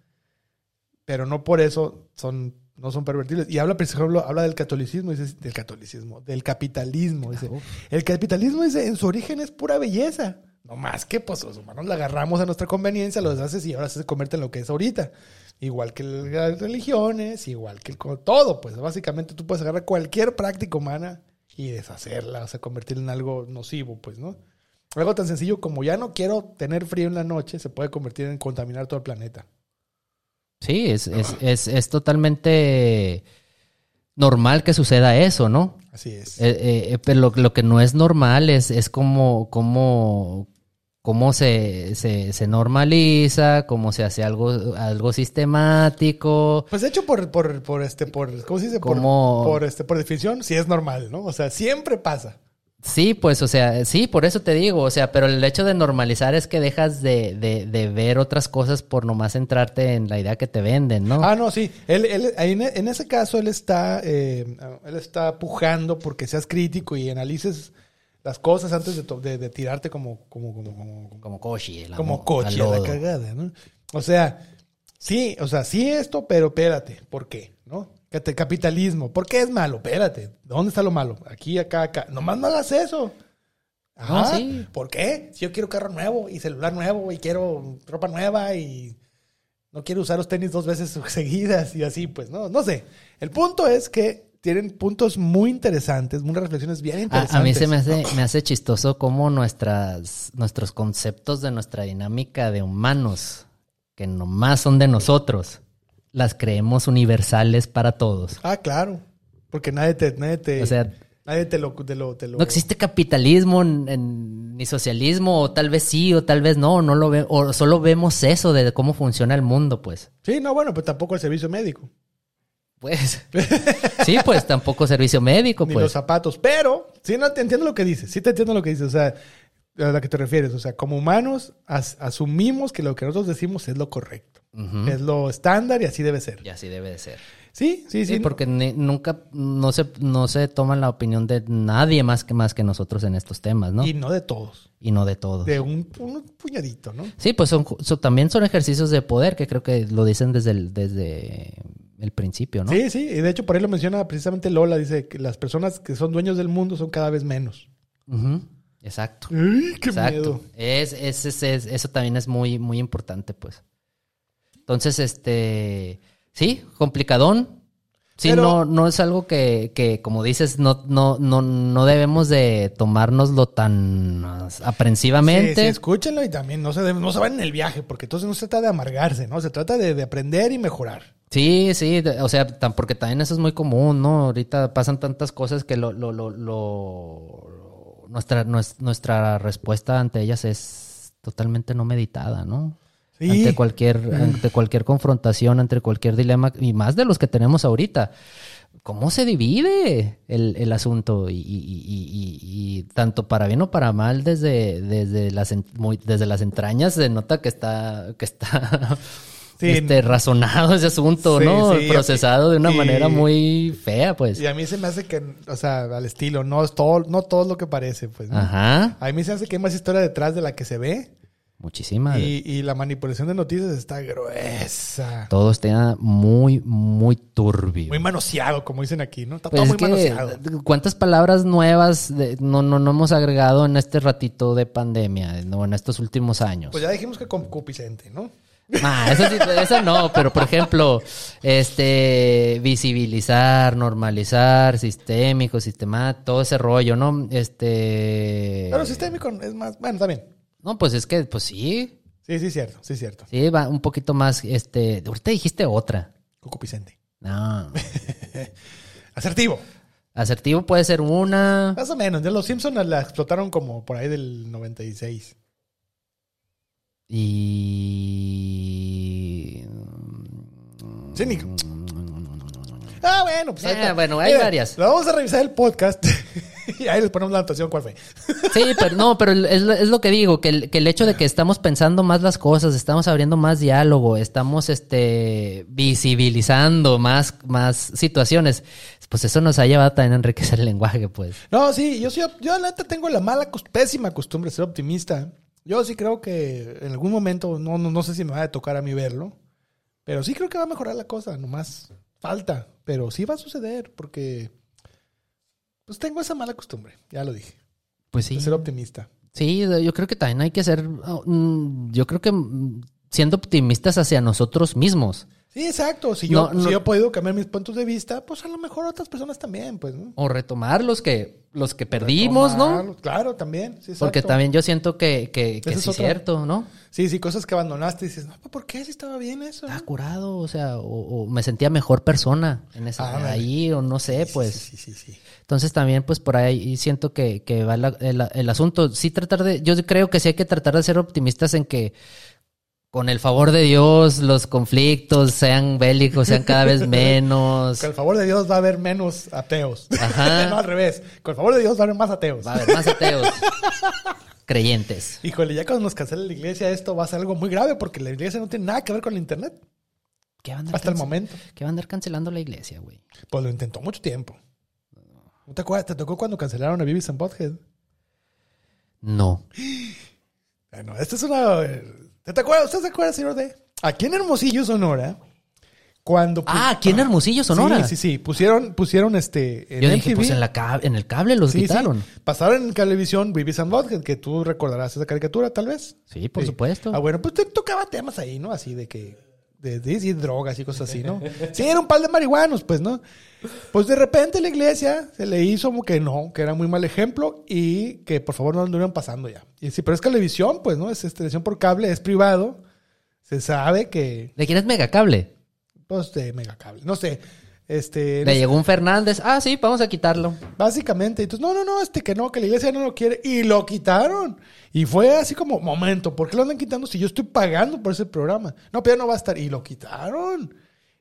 [SPEAKER 2] pero no por eso son, no son pervertibles. Y habla, por ejemplo, habla del catolicismo, dice, del catolicismo, del capitalismo. Dice,
[SPEAKER 3] Uf.
[SPEAKER 2] el capitalismo dice, en su origen es pura belleza. No más que pues los humanos la agarramos a nuestra conveniencia, lo deshaces y ahora se convierte en lo que es ahorita. Igual que las religiones, igual que el co- todo, pues básicamente tú puedes agarrar cualquier práctica humana y deshacerla, o sea, convertirla en algo nocivo, pues, ¿no? Algo tan sencillo como ya no quiero tener frío en la noche se puede convertir en contaminar todo el planeta.
[SPEAKER 3] Sí, es, es, es, es totalmente normal que suceda eso, ¿no?
[SPEAKER 2] Así es.
[SPEAKER 3] Eh, eh, eh, pero lo, lo que no es normal es, es como, como, como se, se, se normaliza, cómo se hace algo, algo sistemático.
[SPEAKER 2] Pues de hecho por, por, por este, por, ¿cómo se dice? Por,
[SPEAKER 3] Como-
[SPEAKER 2] por este, por definición, sí es normal, ¿no? O sea, siempre pasa.
[SPEAKER 3] Sí, pues, o sea, sí, por eso te digo, o sea, pero el hecho de normalizar es que dejas de, de, de ver otras cosas por nomás centrarte en la idea que te venden, ¿no?
[SPEAKER 2] Ah, no, sí. Él, él- ahí en, en ese caso, él está, eh, él está pujando porque seas crítico y analices las cosas antes de, to- de- de tirarte como, como, como, como, como,
[SPEAKER 3] como coche. la mo-
[SPEAKER 2] como
[SPEAKER 3] al
[SPEAKER 2] coche a la
[SPEAKER 3] lodo.
[SPEAKER 2] cagada, ¿no? O sea, sí, o sea, sí esto, pero espérate, ¿por qué? ¿No? Que te- Capitalismo, ¿por qué es malo? Espérate, ¿dónde está lo malo? Aquí, acá, acá. Nomás no hagas eso. Ajá,
[SPEAKER 3] No, sí.
[SPEAKER 2] ¿por qué? Si yo quiero carro nuevo y celular nuevo y quiero ropa nueva y no quiero usar los tenis dos veces <laughs> seguidas y así, pues, no, no sé. El punto es que tienen puntos muy interesantes, unas reflexiones bien
[SPEAKER 3] A,
[SPEAKER 2] interesantes.
[SPEAKER 3] a mí se me hace, me hace chistoso cómo nuestras, nuestros conceptos de nuestra dinámica de humanos, que nomás son de nosotros, las creemos universales para todos.
[SPEAKER 2] Ah, claro, porque nadie te, nadie te,
[SPEAKER 3] O sea,
[SPEAKER 2] nadie te lo, te lo, te lo-
[SPEAKER 3] no existe capitalismo en- en- ni socialismo, o tal vez sí, o tal vez no, no lo ve, o solo vemos eso de cómo funciona el mundo, pues.
[SPEAKER 2] Sí, no, bueno, pues tampoco el servicio médico, <laughs>
[SPEAKER 3] Pues. Sí, pues tampoco servicio médico,
[SPEAKER 2] ni los
[SPEAKER 3] pues.
[SPEAKER 2] zapatos, pero sí no te entiendo lo que dices, sí te entiendo lo que dices, o sea, a la que te refieres, o sea, como humanos as- asumimos que lo que nosotros decimos es lo correcto,
[SPEAKER 3] Ujú.
[SPEAKER 2] es lo estándar y así debe ser.
[SPEAKER 3] Y así debe de ser.
[SPEAKER 2] Sí, sí, sí.
[SPEAKER 3] Sí,
[SPEAKER 2] no.
[SPEAKER 3] Eh, porque ni- nunca, no se, no se toma la opinión de nadie más que, más que nosotros en estos temas, ¿no?
[SPEAKER 2] Y
[SPEAKER 3] Y,
[SPEAKER 2] no de todos.
[SPEAKER 3] no de todos.
[SPEAKER 2] De un, un puñadito, ¿no?
[SPEAKER 3] Sí, pues son, ju- so- también son ejercicios de poder que creo que lo dicen desde el, desde el principio, ¿no?
[SPEAKER 2] Sí, sí. Y de hecho, por ahí lo menciona precisamente Lola. Dice que las personas que son dueños del mundo son cada vez menos.
[SPEAKER 3] Ujú, Exacto.
[SPEAKER 2] ¡Ay, qué
[SPEAKER 3] Exacto.
[SPEAKER 2] miedo!
[SPEAKER 3] Es, es- es- es- eso también es muy, muy importante, pues. Entonces, este, sí, complicadón. Sí,
[SPEAKER 2] Pero-
[SPEAKER 3] no, no es algo que, que, como dices, no, no, no, no debemos de tomárnoslo tan as-
[SPEAKER 2] Sí, sí,
[SPEAKER 3] aprensivamente.
[SPEAKER 2] escúchenlo y también no se, deben- no se van en el viaje, porque entonces no se trata de amargarse, ¿no? Se trata de, de aprender y mejorar.
[SPEAKER 3] Sí, sí, de- o sea, tan, porque también eso es muy común, ¿no? Ahorita pasan tantas cosas que lo, lo, lo, lo- nuestra, nues- nuestra respuesta ante ellas es totalmente no meditada, ¿no?
[SPEAKER 2] Sí.
[SPEAKER 3] Ante cualquier, ante cualquier confrontación, ante cualquier dilema, y más de los que tenemos ahorita. ¿Cómo se divide el, el asunto? Y, y- y- y- y tanto para bien o para mal, desde, desde, las, en- muy- desde las entrañas se nota que está, que está
[SPEAKER 2] <laughs> Sí.
[SPEAKER 3] este, razonado ese asunto,
[SPEAKER 2] Sí,
[SPEAKER 3] ¿no?
[SPEAKER 2] sí,
[SPEAKER 3] Procesado de una
[SPEAKER 2] y-
[SPEAKER 3] manera muy fea, pues.
[SPEAKER 2] Y a mí se me hace que, o sea, al estilo, no es todo, no todo es lo que parece, pues. ¿no?
[SPEAKER 3] Ajá.
[SPEAKER 2] A mí se hace que hay más historia detrás de la que se ve.
[SPEAKER 3] Muchísimas.
[SPEAKER 2] Y, y la manipulación de noticias está gruesa.
[SPEAKER 3] Todo está muy, muy turbio.
[SPEAKER 2] Muy manoseado, como dicen aquí, ¿no? Está todo
[SPEAKER 3] Pues
[SPEAKER 2] muy
[SPEAKER 3] es
[SPEAKER 2] manoseado.
[SPEAKER 3] que, ¿cuántas palabras nuevas de- no, no, no hemos agregado en este ratito de pandemia, no, en estos últimos años?
[SPEAKER 2] Pues ya dijimos que concupiscente, ¿no?
[SPEAKER 3] Ah, eso sí, eso no, pero por ejemplo, este, visibilizar, normalizar, sistémico, sistema, todo ese rollo, ¿no? Este...
[SPEAKER 2] Pero sistémico es más. Bueno, también.
[SPEAKER 3] No, pues es que, pues sí,
[SPEAKER 2] Sí, sí, cierto, sí, cierto.
[SPEAKER 3] sí, va un poquito más, este, ahorita dijiste otra.
[SPEAKER 2] Concupiscente.
[SPEAKER 3] No,
[SPEAKER 2] Asertivo.
[SPEAKER 3] asertivo puede ser una,
[SPEAKER 2] Más o menos. Ya los Simpsons la explotaron como por ahí del 96.
[SPEAKER 3] y...
[SPEAKER 2] Sí, ni- Ah, bueno, pues ahí
[SPEAKER 3] Mm. Ah,
[SPEAKER 2] está.
[SPEAKER 3] bueno, hay varias.
[SPEAKER 2] Lo vamos a revisar el podcast <laughs> y ahí les ponemos la anotación cuál fue.
[SPEAKER 3] Sí, pero no, pero es, lo- es lo que digo, que el, que el hecho de que estamos pensando más las cosas, estamos abriendo más diálogo, estamos este visibilizando más, más situaciones, pues eso nos ha llevado también a enriquecer el lenguaje, pues.
[SPEAKER 2] No, sí, yo sí, yo la neta tengo la mala, cos- pésima costumbre de ser optimista. Yo sí creo que en algún momento, no, no, no sé si me va a tocar a mí verlo, pero sí creo que va a mejorar la cosa, nomás falta, pero sí va a suceder porque pues tengo esa mala costumbre, ya lo dije,
[SPEAKER 3] Pues
[SPEAKER 2] de
[SPEAKER 3] sí.
[SPEAKER 2] ser optimista.
[SPEAKER 3] Sí, yo creo que también hay que ser, oh, mm, yo creo que mm, siendo optimistas hacia nosotros mismos.
[SPEAKER 2] Sí, exacto, si yo,
[SPEAKER 3] No, no.
[SPEAKER 2] si yo he podido cambiar mis puntos de vista, pues a lo mejor otras personas también, pues, ¿no?
[SPEAKER 3] O retomar los que, los que perdimos, ¿no?
[SPEAKER 2] Tomarlo, Claro, también, sí,
[SPEAKER 3] Porque
[SPEAKER 2] exacto.
[SPEAKER 3] también yo siento que, que, que
[SPEAKER 2] Esa es
[SPEAKER 3] sí es
[SPEAKER 2] otra.
[SPEAKER 3] cierto, ¿no?
[SPEAKER 2] Sí, sí, cosas que abandonaste y dices, no, pues, ¿por qué? Si estaba bien eso.
[SPEAKER 3] estaba
[SPEAKER 2] ¿no?".
[SPEAKER 3] curado, o sea, o, o me sentía mejor persona en esa,
[SPEAKER 2] Ah,
[SPEAKER 3] ahí, o no sé, pues.
[SPEAKER 2] Sí, sí, sí. sí.
[SPEAKER 3] Entonces también, pues por ahí siento que, que va la- el, el asunto. Sí, tratar de, yo creo que sí hay que tratar de ser optimistas en que con el favor de Dios los conflictos sean bélicos, sean cada
[SPEAKER 2] <laughs>
[SPEAKER 3] vez menos.
[SPEAKER 2] Con el favor de Dios va a haber menos ateos. <laughs>
[SPEAKER 3] Ajá.
[SPEAKER 2] no, al revés. Con el favor de Dios va a haber más ateos.
[SPEAKER 3] Va a haber más ateos, creyentes.
[SPEAKER 2] Híjole, ya cuando nos cancele la iglesia, esto va a ser algo muy grave porque la iglesia no tiene nada que ver con el internet
[SPEAKER 3] ¿Qué va a andar,
[SPEAKER 2] hasta el
[SPEAKER 3] cance-
[SPEAKER 2] momento.
[SPEAKER 3] qué va a andar cancelando la iglesia, güey?
[SPEAKER 2] Pues lo intentó mucho tiempo. ¿No te acuerdas? ¿Te tocó cuando cancelaron a Beavis and Butthead?
[SPEAKER 3] No.
[SPEAKER 2] Ah, Bueno, esta es una. eh, ¿Te, te acuerdas? ¿Usted se acuerda, señor D? Aquí en Hermosillo, Sonora, cuando. pu-
[SPEAKER 3] Ah, aquí en Hermosillo, Sonora.
[SPEAKER 2] Sí, sí, sí. Pusieron, pusieron este. en
[SPEAKER 3] Yo dije,
[SPEAKER 2] MTV.
[SPEAKER 3] pues en, la cab- en el cable los
[SPEAKER 2] Sí, sí.
[SPEAKER 3] quitaron.
[SPEAKER 2] Pasaron en televisión Beavis and Butthead, que tú recordarás esa caricatura, tal vez.
[SPEAKER 3] Sí, por supuesto.
[SPEAKER 2] Ah, bueno, pues te tocaba temas ahí, ¿no? Así de que. De, de- de drogas y cosas así,
[SPEAKER 3] <laughs>
[SPEAKER 2] ¿no? Sí, era un par de marihuanos, pues, ¿no? Pues de repente la iglesia se le hizo como que no, que era muy mal ejemplo y que por favor no lo anduvieran pasando ya. Y sí, pero es televisión, pues, ¿no? Es, es televisión por cable, es privado. Se sabe que.
[SPEAKER 3] ¿De quién es Megacable?
[SPEAKER 2] Pues de megacable. No sé. Este. no
[SPEAKER 3] Le llegó un Fernández. Ah, sí, vamos a quitarlo.
[SPEAKER 2] Básicamente, entonces, no, no, no, este que no, que la iglesia no lo quiere. Y lo quitaron. Y fue así como, momento, ¿por qué lo andan quitando si yo estoy pagando por ese programa? No, pero ya no va a estar. Y lo quitaron.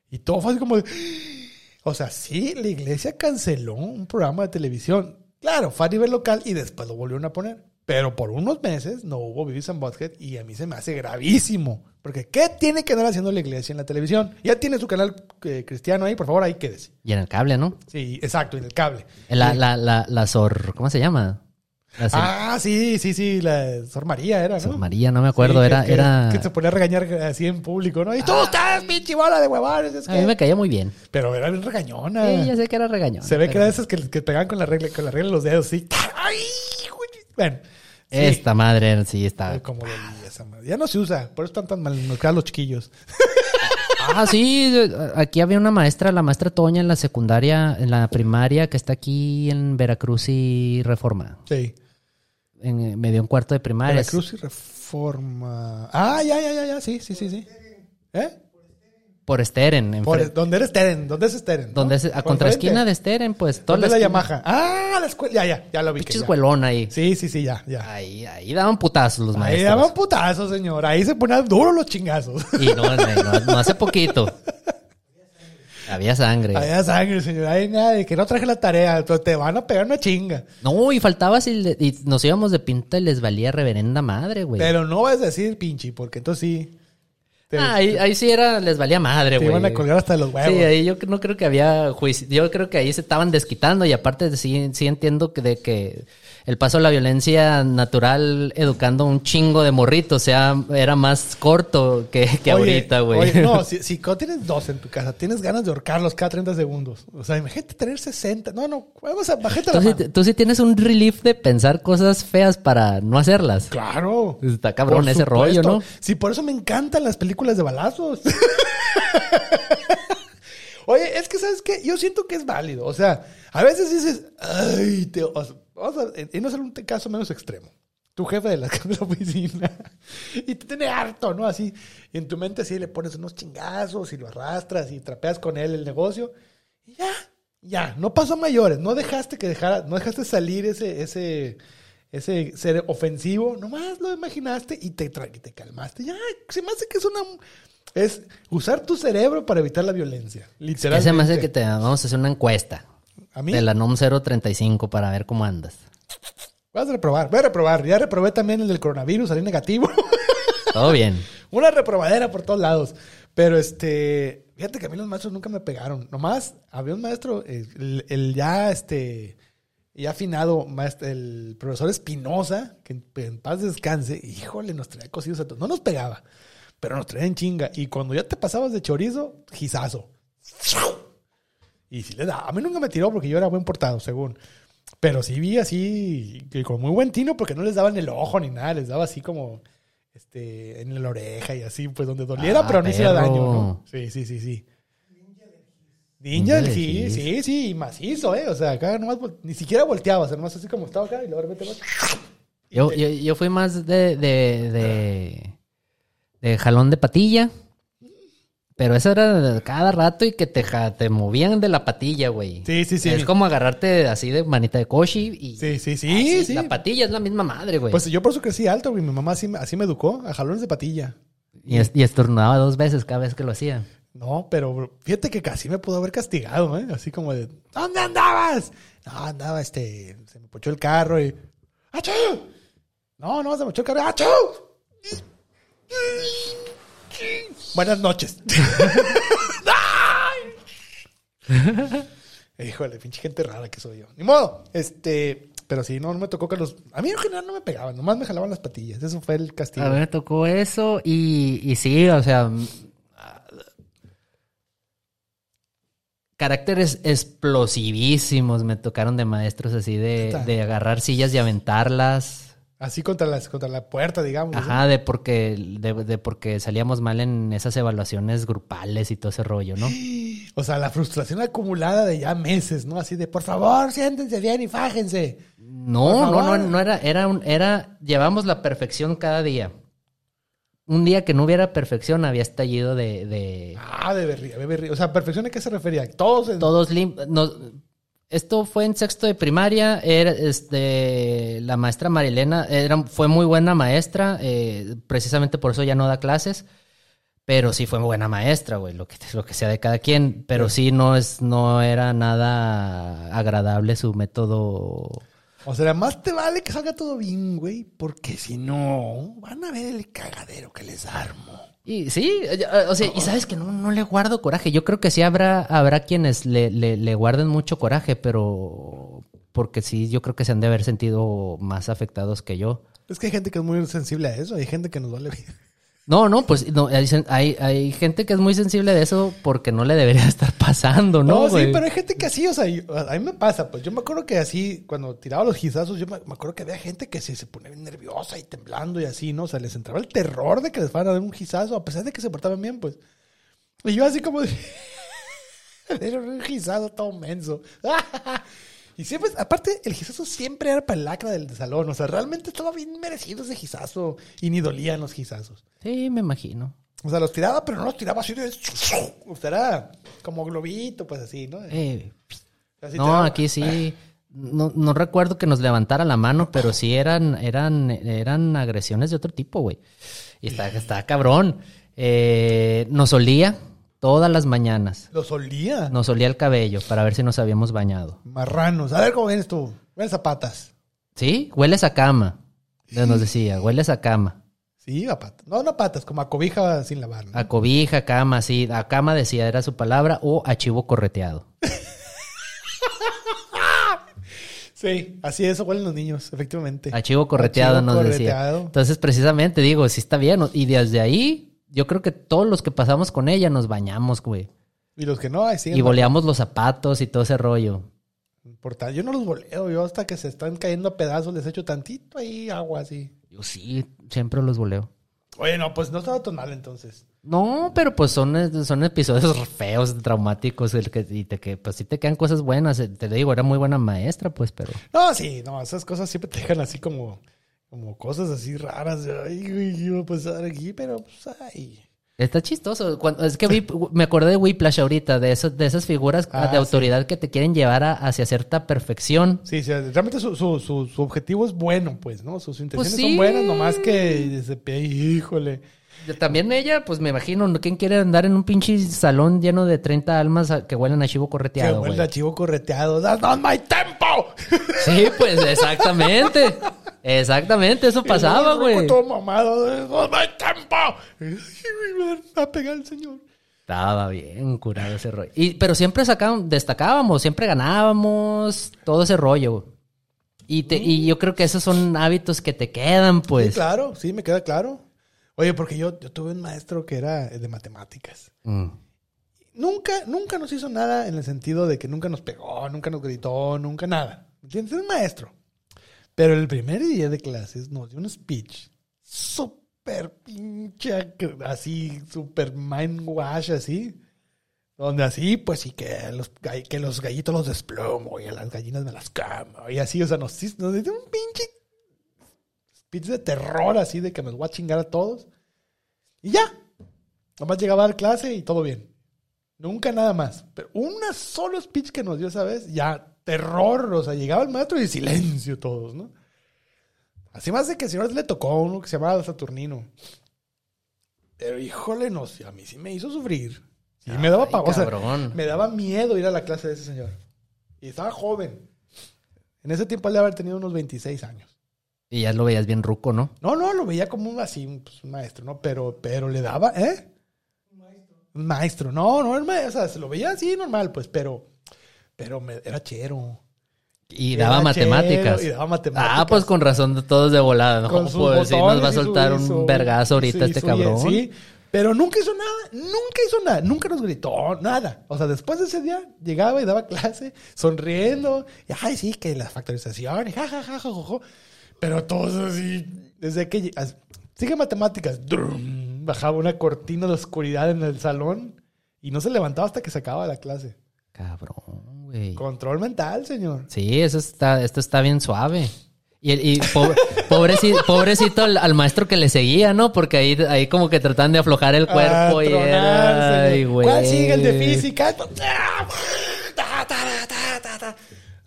[SPEAKER 2] Y todo fue así como, de, <gasps> o sea, sí, la iglesia canceló un programa de televisión. Claro, fue a nivel local y después lo volvieron a poner. Pero por unos meses no hubo Beavis and Butthead y a mí se me hace gravísimo. Porque ¿qué tiene que andar haciendo la iglesia en la televisión? Ya tiene su canal eh, cristiano ahí, por favor, ahí quédese.
[SPEAKER 3] Y en el cable, ¿no?
[SPEAKER 2] Sí, exacto, en el cable.
[SPEAKER 3] La,
[SPEAKER 2] Sí.
[SPEAKER 3] la, la, la Sor. ¿Cómo se llama? La Sor,
[SPEAKER 2] Ah, sí, sí, sí, la Sor María era, ¿no?
[SPEAKER 3] Sor María, no me
[SPEAKER 2] Sí,
[SPEAKER 3] acuerdo.
[SPEAKER 2] que-
[SPEAKER 3] era.
[SPEAKER 2] que-
[SPEAKER 3] era... Ah.
[SPEAKER 2] Que se ponía a regañar así en público, ¿no? Y tú estás, pinche bola de huevones. es
[SPEAKER 3] A mí
[SPEAKER 2] que-
[SPEAKER 3] me caía muy bien.
[SPEAKER 2] Pero era bien regañona.
[SPEAKER 3] Sí, ya sé que era regañón.
[SPEAKER 2] Ah. Se ve que era de esas que, que pegaban con la regla, con la regla en los dedos, sí. ¡Ay! güey! Bueno. sí,
[SPEAKER 3] Esta madre sí está.
[SPEAKER 2] Como dolía esa madre. Ya no se usa, por eso están tan mal los chiquillos.
[SPEAKER 3] Ah, sí, eh, aquí había una maestra, la maestra Toña en la secundaria, en la primaria, que está aquí en Veracruz y Reforma.
[SPEAKER 2] Sí.
[SPEAKER 3] En, me dio un cuarto de primaria.
[SPEAKER 2] Veracruz y Reforma. Ah, ya, ya, ya, ya, sí, sí, sí, sí. ¿Eh?
[SPEAKER 3] Por Steren. en
[SPEAKER 2] Por-
[SPEAKER 3] fre-
[SPEAKER 2] ¿Dónde eres Teren? ¿dónde es Steren?
[SPEAKER 3] donde es, a contraesquina de Steren, pues. Toda
[SPEAKER 2] ¿Dónde es la
[SPEAKER 3] esquina.
[SPEAKER 2] Yamaha? Ah, la escuela. Ya, ya, ya lo vi.
[SPEAKER 3] Pinches huelón ahí.
[SPEAKER 2] Sí, sí, sí, ya, ya.
[SPEAKER 3] ahí. Ahí daban putazos los
[SPEAKER 2] Ahí
[SPEAKER 3] pues, maestros.
[SPEAKER 2] daban putazos, señor. Ahí se ponían duros los chingazos.
[SPEAKER 3] Y no, no, no, no hace poquito. Había
[SPEAKER 2] <laughs>
[SPEAKER 3] sangre.
[SPEAKER 2] Ahí da sangre, señor. Ahí nada de que no traje la tarea. pero Te van a pegar una chinga.
[SPEAKER 3] No, y faltaba si le- y nos íbamos de pinta y les valía reverenda madre, güey.
[SPEAKER 2] Pero no vas a decir pinche, porque entonces sí. Te,
[SPEAKER 3] Ah, ahí, ahí sí era, les valía
[SPEAKER 2] te
[SPEAKER 3] madre, güey.
[SPEAKER 2] iban a colgar hasta los huevos.
[SPEAKER 3] Sí, ahí yo no creo que había juicio. Yo creo que ahí se estaban desquitando y aparte sí, sí entiendo que de que el paso a la violencia natural educando un chingo de morritos, o sea, era más corto que, que
[SPEAKER 2] Oye,
[SPEAKER 3] ahorita, güey.
[SPEAKER 2] oye,
[SPEAKER 3] <laughs>
[SPEAKER 2] no, si, si cuando tienes dos en tu casa, tienes ganas de ahorcarlos cada 30 segundos. O sea, imagínate tener 60. No, no, vamos a bajarte la
[SPEAKER 3] Tú sí,
[SPEAKER 2] mano.
[SPEAKER 3] te- tú sí tienes un relief de pensar cosas feas para no hacerlas.
[SPEAKER 2] Claro.
[SPEAKER 3] Está cabrón
[SPEAKER 2] Por
[SPEAKER 3] ese
[SPEAKER 2] supuesto.
[SPEAKER 3] rollo, ¿no?
[SPEAKER 2] Sí, por eso me encantan las películas de balazos. <laughs> Oye, es que, ¿sabes qué? Yo siento que es válido. O sea, a veces dices, ay, te, o sea, vamos a, y no es un caso menos extremo. Tu jefe de la, <laughs> de la oficina y te tiene harto, ¿no? Así, y en tu mente así le pones unos chingazos y lo arrastras y trapeas con él el negocio y ya, ya, no pasó a mayores, no dejaste que dejara, no dejaste salir ese, ese, ese ser ofensivo, nomás lo imaginaste y te, tra- y te calmaste. Ya, se me hace que es una... Es usar tu cerebro para evitar la violencia.
[SPEAKER 3] Que
[SPEAKER 2] Literalmente.
[SPEAKER 3] se me hace que te vamos a hacer una encuesta
[SPEAKER 2] A mí
[SPEAKER 3] de la NOM 035 para ver cómo andas.
[SPEAKER 2] vas a reprobar. Voy a reprobar. Ya reprobé también el del coronavirus, salí negativo. <laughs>
[SPEAKER 3] Todo bien.
[SPEAKER 2] Una reprobadera por todos lados. Pero este, fíjate que a mí los maestros nunca me pegaron. Nomás había un maestro, eh, el, el ya este, ya afinado, maest- el profesor Espinosa, que en, en paz descanse, híjole, nos traía cosidos a todos. No nos pegaba, pero nos traía en chinga. Y cuando ya te pasabas de chorizo, gizazo. Y sí le da. A mí nunca me tiró porque yo era buen portado, según. Pero sí vi así, que con muy buen tino, porque no les daban el ojo ni nada, les daba así como este, en la oreja y así, pues donde doliera,
[SPEAKER 3] Ah,
[SPEAKER 2] pero no hiciera
[SPEAKER 3] perro.
[SPEAKER 2] daño, ¿no? Sí, sí, sí, sí. Ninja
[SPEAKER 3] Ninja
[SPEAKER 2] del
[SPEAKER 3] del
[SPEAKER 2] Gis,
[SPEAKER 3] Gis.
[SPEAKER 2] sí, sí, y macizo, ¿eh? O sea, acá nomás, vol- ni siquiera volteaba, o sea, nomás así como estaba acá y luego de repente. <laughs>
[SPEAKER 3] Yo, yo, yo fui más de, de, de, de jalón de patilla. Pero eso era de cada rato y que te, ja- te movían de la patilla, güey.
[SPEAKER 2] Sí, sí, sí.
[SPEAKER 3] Es como agarrarte así de manita de koshi y...
[SPEAKER 2] Sí, sí, sí,
[SPEAKER 3] así,
[SPEAKER 2] Ah, sí.
[SPEAKER 3] La patilla es la misma madre, güey.
[SPEAKER 2] Pues yo por eso crecí alto, güey. Mi mamá así, me- así me educó, a jalones de patilla.
[SPEAKER 3] y, es- y estornudaba dos veces cada vez que lo hacía.
[SPEAKER 2] No, pero fíjate que casi me pudo haber castigado, ¿eh? Así como de, ¿dónde andabas? No, andaba, este, se me pochó el carro y... ¡Achú! No, no, se me pochó el carro. ¡Achú! Buenas noches. <laughs> Híjole, pinche gente rara que soy yo. Ni modo. Este, pero sí, no, no me tocó que los... A mí en general no me pegaban, nomás me jalaban las patillas. Eso fue el castigo.
[SPEAKER 3] A ver, tocó eso y, y sí, o sea... mm, ah, Caracteres explosivísimos me tocaron de maestros así de,
[SPEAKER 2] Neta.
[SPEAKER 3] de agarrar sillas y aventarlas.
[SPEAKER 2] Así contra, las, contra la puerta, digamos. ¿no?
[SPEAKER 3] Ajá, de porque, de, de porque salíamos mal en esas evaluaciones grupales y todo ese rollo,
[SPEAKER 2] <gasps>
[SPEAKER 3] ¿no?
[SPEAKER 2] O sea, la frustración acumulada de ya meses, ¿no? Así de, por favor, siéntense bien y fájense.
[SPEAKER 3] No,
[SPEAKER 2] Por
[SPEAKER 3] no, no,
[SPEAKER 2] favor.
[SPEAKER 3] no era, era un, era, llevamos la perfección cada día. Un día que no hubiera perfección había estallido de, de
[SPEAKER 2] Ah, de berría, de berría. O sea, perfección a qué se refería. Todos en...
[SPEAKER 3] todos lim- no, esto fue en sexto de primaria, era, este, la maestra Marilena era, fue muy buena maestra, eh, precisamente por eso ya no da clases, pero sí fue muy buena maestra, güey, lo que, lo que sea de cada quien, pero sí no, es, no era nada agradable su método
[SPEAKER 2] O sea, más te vale que salga todo bien, güey, porque si no, van a ver el cagadero que les armo.
[SPEAKER 3] Y sí, eh, o sea, y sabes que no, no le guardo coraje. Yo creo que sí habrá, habrá quienes le, le, le guarden mucho coraje, pero porque sí, yo creo que se han de haber sentido más afectados que yo.
[SPEAKER 2] Es que hay gente que es muy sensible a eso, hay gente que nos vale bien.
[SPEAKER 3] No, no, pues no, hay, hay, hay gente que es muy sensible de eso porque no le debería <laughs> estar pasando, ¿no?
[SPEAKER 2] No, Oh, sí,
[SPEAKER 3] güey?
[SPEAKER 2] pero hay gente que así, o sea, yo- a a mí me pasa, pues yo me acuerdo que así, cuando tiraba los gizazos, yo me, me acuerdo que había gente que se, se ponía bien nerviosa y temblando y así, ¿no? O sea, les entraba el terror de que les fueran a dar un gizazo, a pesar de que se portaban bien, pues. Y yo así como de... <laughs> era un gizazo todo menso. <laughs> y siempre, aparte, el gizazo siempre era para el lacra del salón, o sea, realmente estaba bien merecido ese gizazo y ni dolían los gizazos.
[SPEAKER 3] Sí, me imagino.
[SPEAKER 2] O sea, los tiraba, pero no los tiraba así de... <laughs> O sea, era como globito, pues así, ¿no?
[SPEAKER 3] Eh,
[SPEAKER 2] Así te
[SPEAKER 3] no,
[SPEAKER 2] daba-
[SPEAKER 3] aquí sí. No, no recuerdo que nos levantara la mano, pero sí eran, eran, eran agresiones de otro tipo, güey. Y está, está cabrón. Eh, nos olía todas las mañanas.
[SPEAKER 2] Los olía.
[SPEAKER 3] Nos olía el cabello para ver si nos habíamos bañado.
[SPEAKER 2] Marranos. A ver cómo vienes tú. Ven zapatas.
[SPEAKER 3] ¿Sí? Hueles a cama. Nos decía, hueles a cama.
[SPEAKER 2] Sí, a patas. No, no a patas, como a cobija sin lavar. ¿no?
[SPEAKER 3] A cobija, cama, sí. A cama decía, era su palabra, o a chivo correteado.
[SPEAKER 2] Sí, así eso huelen los niños, efectivamente.
[SPEAKER 3] A chivo correteado
[SPEAKER 2] A chivo
[SPEAKER 3] nos
[SPEAKER 2] correteado.
[SPEAKER 3] decía. Entonces, precisamente, digo, sí está bien. Y desde ahí, yo creo que todos los que pasamos con ella nos bañamos, güey.
[SPEAKER 2] Y los que no, ahí siguen.
[SPEAKER 3] Y boleamos los zapatos y todo ese rollo.
[SPEAKER 2] por tal- Yo no los voleo, yo hasta que se están cayendo a pedazos les echo tantito ahí agua así.
[SPEAKER 3] Yo sí, siempre los boleo.
[SPEAKER 2] Oye, no, pues no estaba tonal entonces.
[SPEAKER 3] No, pero pues son, son episodios <laughs> feos, traumáticos, el que, y te que, pues sí te quedan cosas buenas. Eh, Te digo, era muy buena maestra, pues, pero...
[SPEAKER 2] No, sí, no, esas cosas siempre te dejan así como, como cosas así raras. de, Ay, güey, ¿qué va a pasar aquí? Pero, pues, ay.
[SPEAKER 3] Está chistoso. Cuando- es que vi- me acordé de Whiplash ahorita, de, esas de esas figuras
[SPEAKER 2] Ah,
[SPEAKER 3] de autoridad que te quieren llevar a- hacia cierta perfección.
[SPEAKER 2] Sí, sí, realmente su, su, su, su objetivo es bueno, pues, ¿no? Sus intenciones
[SPEAKER 3] sí.
[SPEAKER 2] son buenas, nomás que desde pie, híjole.
[SPEAKER 3] Yo También ella, pues me imagino, ¿no? ¿quién quiere andar en un pinche salón lleno de 30 almas a- que huelen a chivo
[SPEAKER 2] Que
[SPEAKER 3] correteado,
[SPEAKER 2] vuelve
[SPEAKER 3] güey?
[SPEAKER 2] a chivo correteado. ¡That's not my tempo!
[SPEAKER 3] Sí, pues exactamente. Exactamente, eso
[SPEAKER 2] <laughs>
[SPEAKER 3] pasaba,
[SPEAKER 2] El ruco
[SPEAKER 3] güey.
[SPEAKER 2] Todo mamado. "That's not my tempo! Ay, güey, Me va a pegar el señor.
[SPEAKER 3] Estaba bien curado ese rollo. Y, pero siempre sacaban, destacábamos, siempre ganábamos, todo ese rollo. Y, te, y yo creo que esos son hábitos que te quedan,
[SPEAKER 2] Sí,
[SPEAKER 3] pues.
[SPEAKER 2] claro, sí, me queda claro. Oye, porque yo, yo tuve un maestro que era de matemáticas.
[SPEAKER 3] Mm.
[SPEAKER 2] Nunca, nunca nos hizo nada en el sentido de que nunca nos pegó, nunca nos gritó, nunca nada. ¿Me ¿Entiendes? Es un maestro. Pero el primer día de clases nos dio un speech súper pinche, así, súper mind wash, así. Donde así, pues sí, que los, gall- que los gallitos los desplomo y a las gallinas me las camo. Y así, o sea, nos, hizo- nos dio un pinche speech de terror, así, de que nos va a chingar a todos. Y ya. Nomás llegaba a dar clase y todo bien. Nunca nada más. Pero una solo speech que nos dio esa vez, ya terror. O sea, llegaba el maestro y silencio todos, ¿no? Así más de que el señor le tocó a uno que se llamaba Saturnino. Pero híjole, no, sí, a mí sí me hizo sufrir. Y me daba
[SPEAKER 3] Ay,
[SPEAKER 2] pa- o sea,
[SPEAKER 3] cabrón.
[SPEAKER 2] me daba miedo ir a la clase de ese señor. Y estaba joven. En ese tiempo él debe haber tenido unos 26 años.
[SPEAKER 3] Y ya lo veías bien ruco, ¿no?
[SPEAKER 2] No, no, lo veía como un, así, un, pues, un maestro, ¿no? Pero, pero le daba, ¿eh? Un maestro. No, no, era un maestro, o sea, se lo veía así normal, pues, pero, pero me- era chero.
[SPEAKER 3] Y
[SPEAKER 2] Era
[SPEAKER 3] daba matemáticas.
[SPEAKER 2] chero Y daba matemáticas.
[SPEAKER 3] Ah, pues con razón, todos de volada. No,
[SPEAKER 2] Con sus
[SPEAKER 3] pues sí, nos va a
[SPEAKER 2] botones y su-
[SPEAKER 3] soltar
[SPEAKER 2] y
[SPEAKER 3] un
[SPEAKER 2] su-
[SPEAKER 3] vergazo ahorita
[SPEAKER 2] y su- y
[SPEAKER 3] este
[SPEAKER 2] su-
[SPEAKER 3] cabrón.
[SPEAKER 2] Sí, pero nunca hizo nada, nunca hizo nada, nunca nos gritó, nada. O sea, después de ese día llegaba y daba clase sonriendo. Y, ay, sí, que la factorización, y ja, ja, ja, jo, jo, jo. Pero todos así, desde que... lleg- as- Sigue matemáticas. drum, bajaba una cortina de oscuridad en el salón y no se levantaba hasta que se acababa la clase.
[SPEAKER 3] Cabrón, güey.
[SPEAKER 2] Control mental, señor.
[SPEAKER 3] Sí, eso está, esto está bien suave. Y, el- y po- <laughs> pobreci- pobrecito al, al maestro que le seguía, ¿no? Porque ahí, ahí como que tratan de aflojar el cuerpo
[SPEAKER 2] Ah,
[SPEAKER 3] y
[SPEAKER 2] tronar,
[SPEAKER 3] era...
[SPEAKER 2] señor.
[SPEAKER 3] ay, güey.
[SPEAKER 2] ¿Cuál sigue el de física? Ah, ta, ta, ta, ta, ta, ta.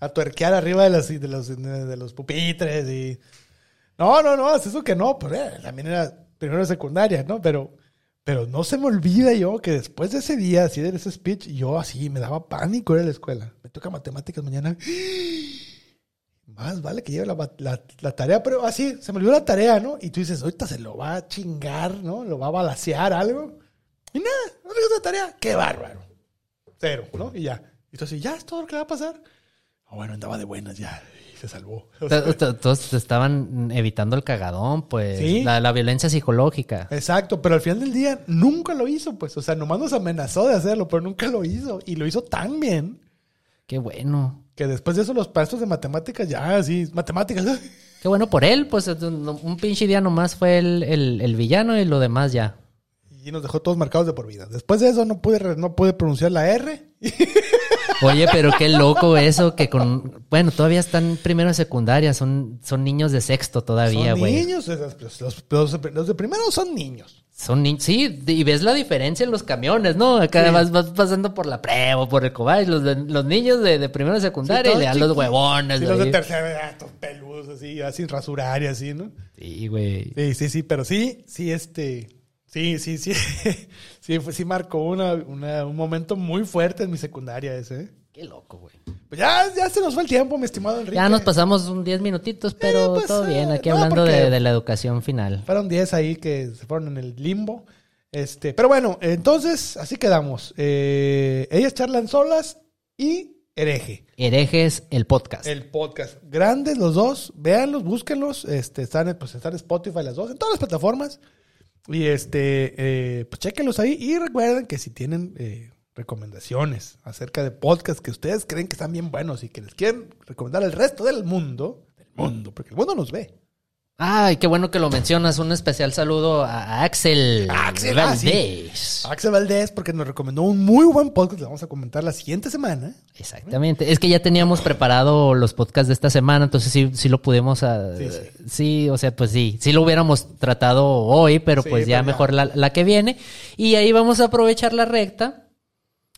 [SPEAKER 2] A tuerquear arriba de los, de los, de los pupitres y... No, no, no, es eso que no, pero eh, también era primero de secundaria, ¿no? Pero, pero no se me olvida yo que después de ese día, así de ese speech, yo así me daba pánico ir a la escuela. Me toca matemáticas mañana. Más vale que lleve la, ba- la- la tarea, pero así, se me olvidó la tarea, ¿no? Y tú dices, ahorita se lo va a chingar, ¿no? Lo va a balasear algo. Y nada, no regresó la tarea. ¡Qué bárbaro! Cero, ¿no? Y ya. Y tú así, ya es todo lo que le va a pasar. Ah, bueno, andaba de buenas ya. Y se salvó. O sea,
[SPEAKER 3] T- t- Todos estaban evitando el cagadón, pues.
[SPEAKER 2] Sí. Eh.
[SPEAKER 3] La, la violencia psicológica.
[SPEAKER 2] Exacto, pero al final del día nunca lo hizo, pues. O sea, nomás nos amenazó de hacerlo, pero nunca lo hizo. Y lo hizo tan bien
[SPEAKER 3] Qué bueno.
[SPEAKER 2] que después de eso los pastos de matemáticas, ya, sí, matemáticas. <laughs>
[SPEAKER 3] Qué bueno por él, pues. Un un pinche día nomás fue el, el- el villano y lo demás ya.
[SPEAKER 2] Y nos dejó todos marcados de por vida. Después de eso no pude, re- no pude pronunciar la R.
[SPEAKER 3] Oye, pero qué loco eso que con... Bueno, todavía están primero de secundaria, son, son niños de sexto todavía,
[SPEAKER 2] son
[SPEAKER 3] güey.
[SPEAKER 2] niños. esas- Los, los- los de- los de primero son niños.
[SPEAKER 3] Son niños. Sí, y ves la diferencia en los camiones, ¿no? Acá
[SPEAKER 2] Sí.
[SPEAKER 3] vas, vas pasando por la prueba, por el cobay, los, de- los niños de, de primero de secundaria
[SPEAKER 2] todos
[SPEAKER 3] y le dan los
[SPEAKER 2] chiquitos.
[SPEAKER 3] huevones.
[SPEAKER 2] Sí, los de
[SPEAKER 3] ahí.
[SPEAKER 2] tercera, edad, estos peludos así, ya sin rasurar y así, ¿no?
[SPEAKER 3] Sí, güey.
[SPEAKER 2] Sí, sí, sí, pero sí, sí, este. Sí, sí, <laughs> sí. Sí, fue- sí marcó una, una- un momento muy fuerte en mi secundaria ese. ¿eh?
[SPEAKER 3] Qué loco, güey.
[SPEAKER 2] Pues ya, ya se nos fue el tiempo, mi estimado Enrique.
[SPEAKER 3] Ya nos pasamos un 10 minutitos, pero
[SPEAKER 2] pues,
[SPEAKER 3] todo bien.
[SPEAKER 2] eh,
[SPEAKER 3] Aquí
[SPEAKER 2] no,
[SPEAKER 3] hablando
[SPEAKER 2] porque-
[SPEAKER 3] de, de la educación final.
[SPEAKER 2] Fueron 10 ahí que se fueron en el limbo. Este, pero bueno, entonces así quedamos. Eh, ellas charlan solas y hereje.
[SPEAKER 3] Herejes, el podcast.
[SPEAKER 2] El podcast. Grandes los dos. Véanlos, búsquenlos. Este, están, en- pues, están en Spotify las dos, en todas las plataformas. Y este, eh, pues chequenlos ahí. Y recuerden que si tienen eh, recomendaciones acerca de podcasts que ustedes creen que están bien buenos y que les quieren recomendar al resto del mundo, del mundo, porque el mundo nos ve.
[SPEAKER 3] Ay, qué bueno que lo mencionas. Un especial saludo a Axel.
[SPEAKER 2] Axel, ah, sí.
[SPEAKER 3] Valdés.
[SPEAKER 2] Axel Valdés, porque nos recomendó un muy buen podcast, le vamos a comentar la siguiente semana.
[SPEAKER 3] Exactamente. Es que ya teníamos preparado los podcasts de esta semana, entonces sí, sí lo pudimos. ah,
[SPEAKER 2] Sí,
[SPEAKER 3] sí,
[SPEAKER 2] sí.
[SPEAKER 3] o sea, pues sí. Sí lo hubiéramos tratado hoy, pero
[SPEAKER 2] Sí,
[SPEAKER 3] pues ya
[SPEAKER 2] pero ya.
[SPEAKER 3] mejor la, la que viene. Y ahí vamos a aprovechar la recta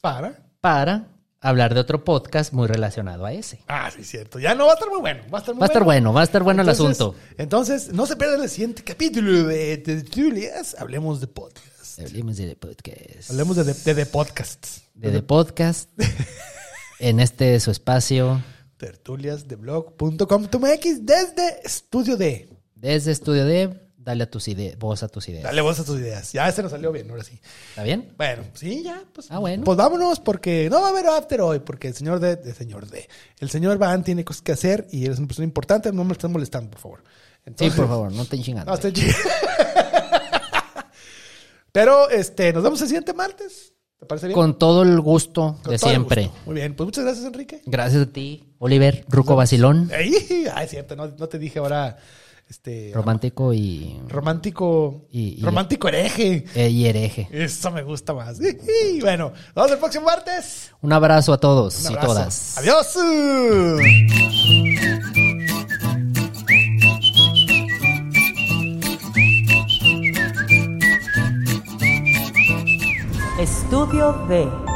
[SPEAKER 2] Para.
[SPEAKER 3] para hablar de otro podcast muy relacionado a ese.
[SPEAKER 2] Ah, sí, cierto. Ya no va a estar muy bueno. Va a estar muy
[SPEAKER 3] Va a estar bueno, va a estar bueno el
[SPEAKER 2] Entonces-
[SPEAKER 3] asunto.
[SPEAKER 2] Entonces, no se pierdan el siguiente capítulo de Tertulias. Hablemos de podcast.
[SPEAKER 3] Hablemos de The Podcast.
[SPEAKER 2] Hablemos de, de, de- de podcasts.
[SPEAKER 3] de The Podcast. en este su espacio.
[SPEAKER 2] Tertulias de blog.com.mx desde Estudio D.
[SPEAKER 3] Desde Estudio D, dale a tus ideas, voz a tus ideas.
[SPEAKER 2] Dale voz a tus ideas. Ya se nos salió bien, ahora sí.
[SPEAKER 3] ¿Está bien?
[SPEAKER 2] Bueno, sí, ya, pues.
[SPEAKER 3] Ah, bueno.
[SPEAKER 2] Pues vámonos porque no va a haber after hoy, porque el señor D, el señor D, el señor Van tiene cosas que hacer y eres una persona importante, no me estén molestando, por favor.
[SPEAKER 3] Sí,
[SPEAKER 2] Entonces-
[SPEAKER 3] por favor, no te chingando.
[SPEAKER 2] No, estoy ch- <laughs> Pero este, nos vemos el siguiente martes. ¿Te parece bien?
[SPEAKER 3] Con todo el gusto
[SPEAKER 2] Con
[SPEAKER 3] de
[SPEAKER 2] todo el
[SPEAKER 3] siempre.
[SPEAKER 2] gusto. Muy bien, pues muchas gracias, Enrique.
[SPEAKER 3] Gracias a ti, Oliver, Ruco Basilón,
[SPEAKER 2] Ahí, ah, es cierto, no, no te dije ahora este
[SPEAKER 3] romántico y,
[SPEAKER 2] romántico
[SPEAKER 3] Y- y-
[SPEAKER 2] romántico hereje.
[SPEAKER 3] eh, y hereje.
[SPEAKER 2] Eso me gusta más. <laughs> Y bueno, nos vemos el próximo martes.
[SPEAKER 3] Un abrazo a todos
[SPEAKER 2] Un
[SPEAKER 3] y
[SPEAKER 2] abrazo.
[SPEAKER 3] todas.
[SPEAKER 2] Adiós.
[SPEAKER 1] Estudio D.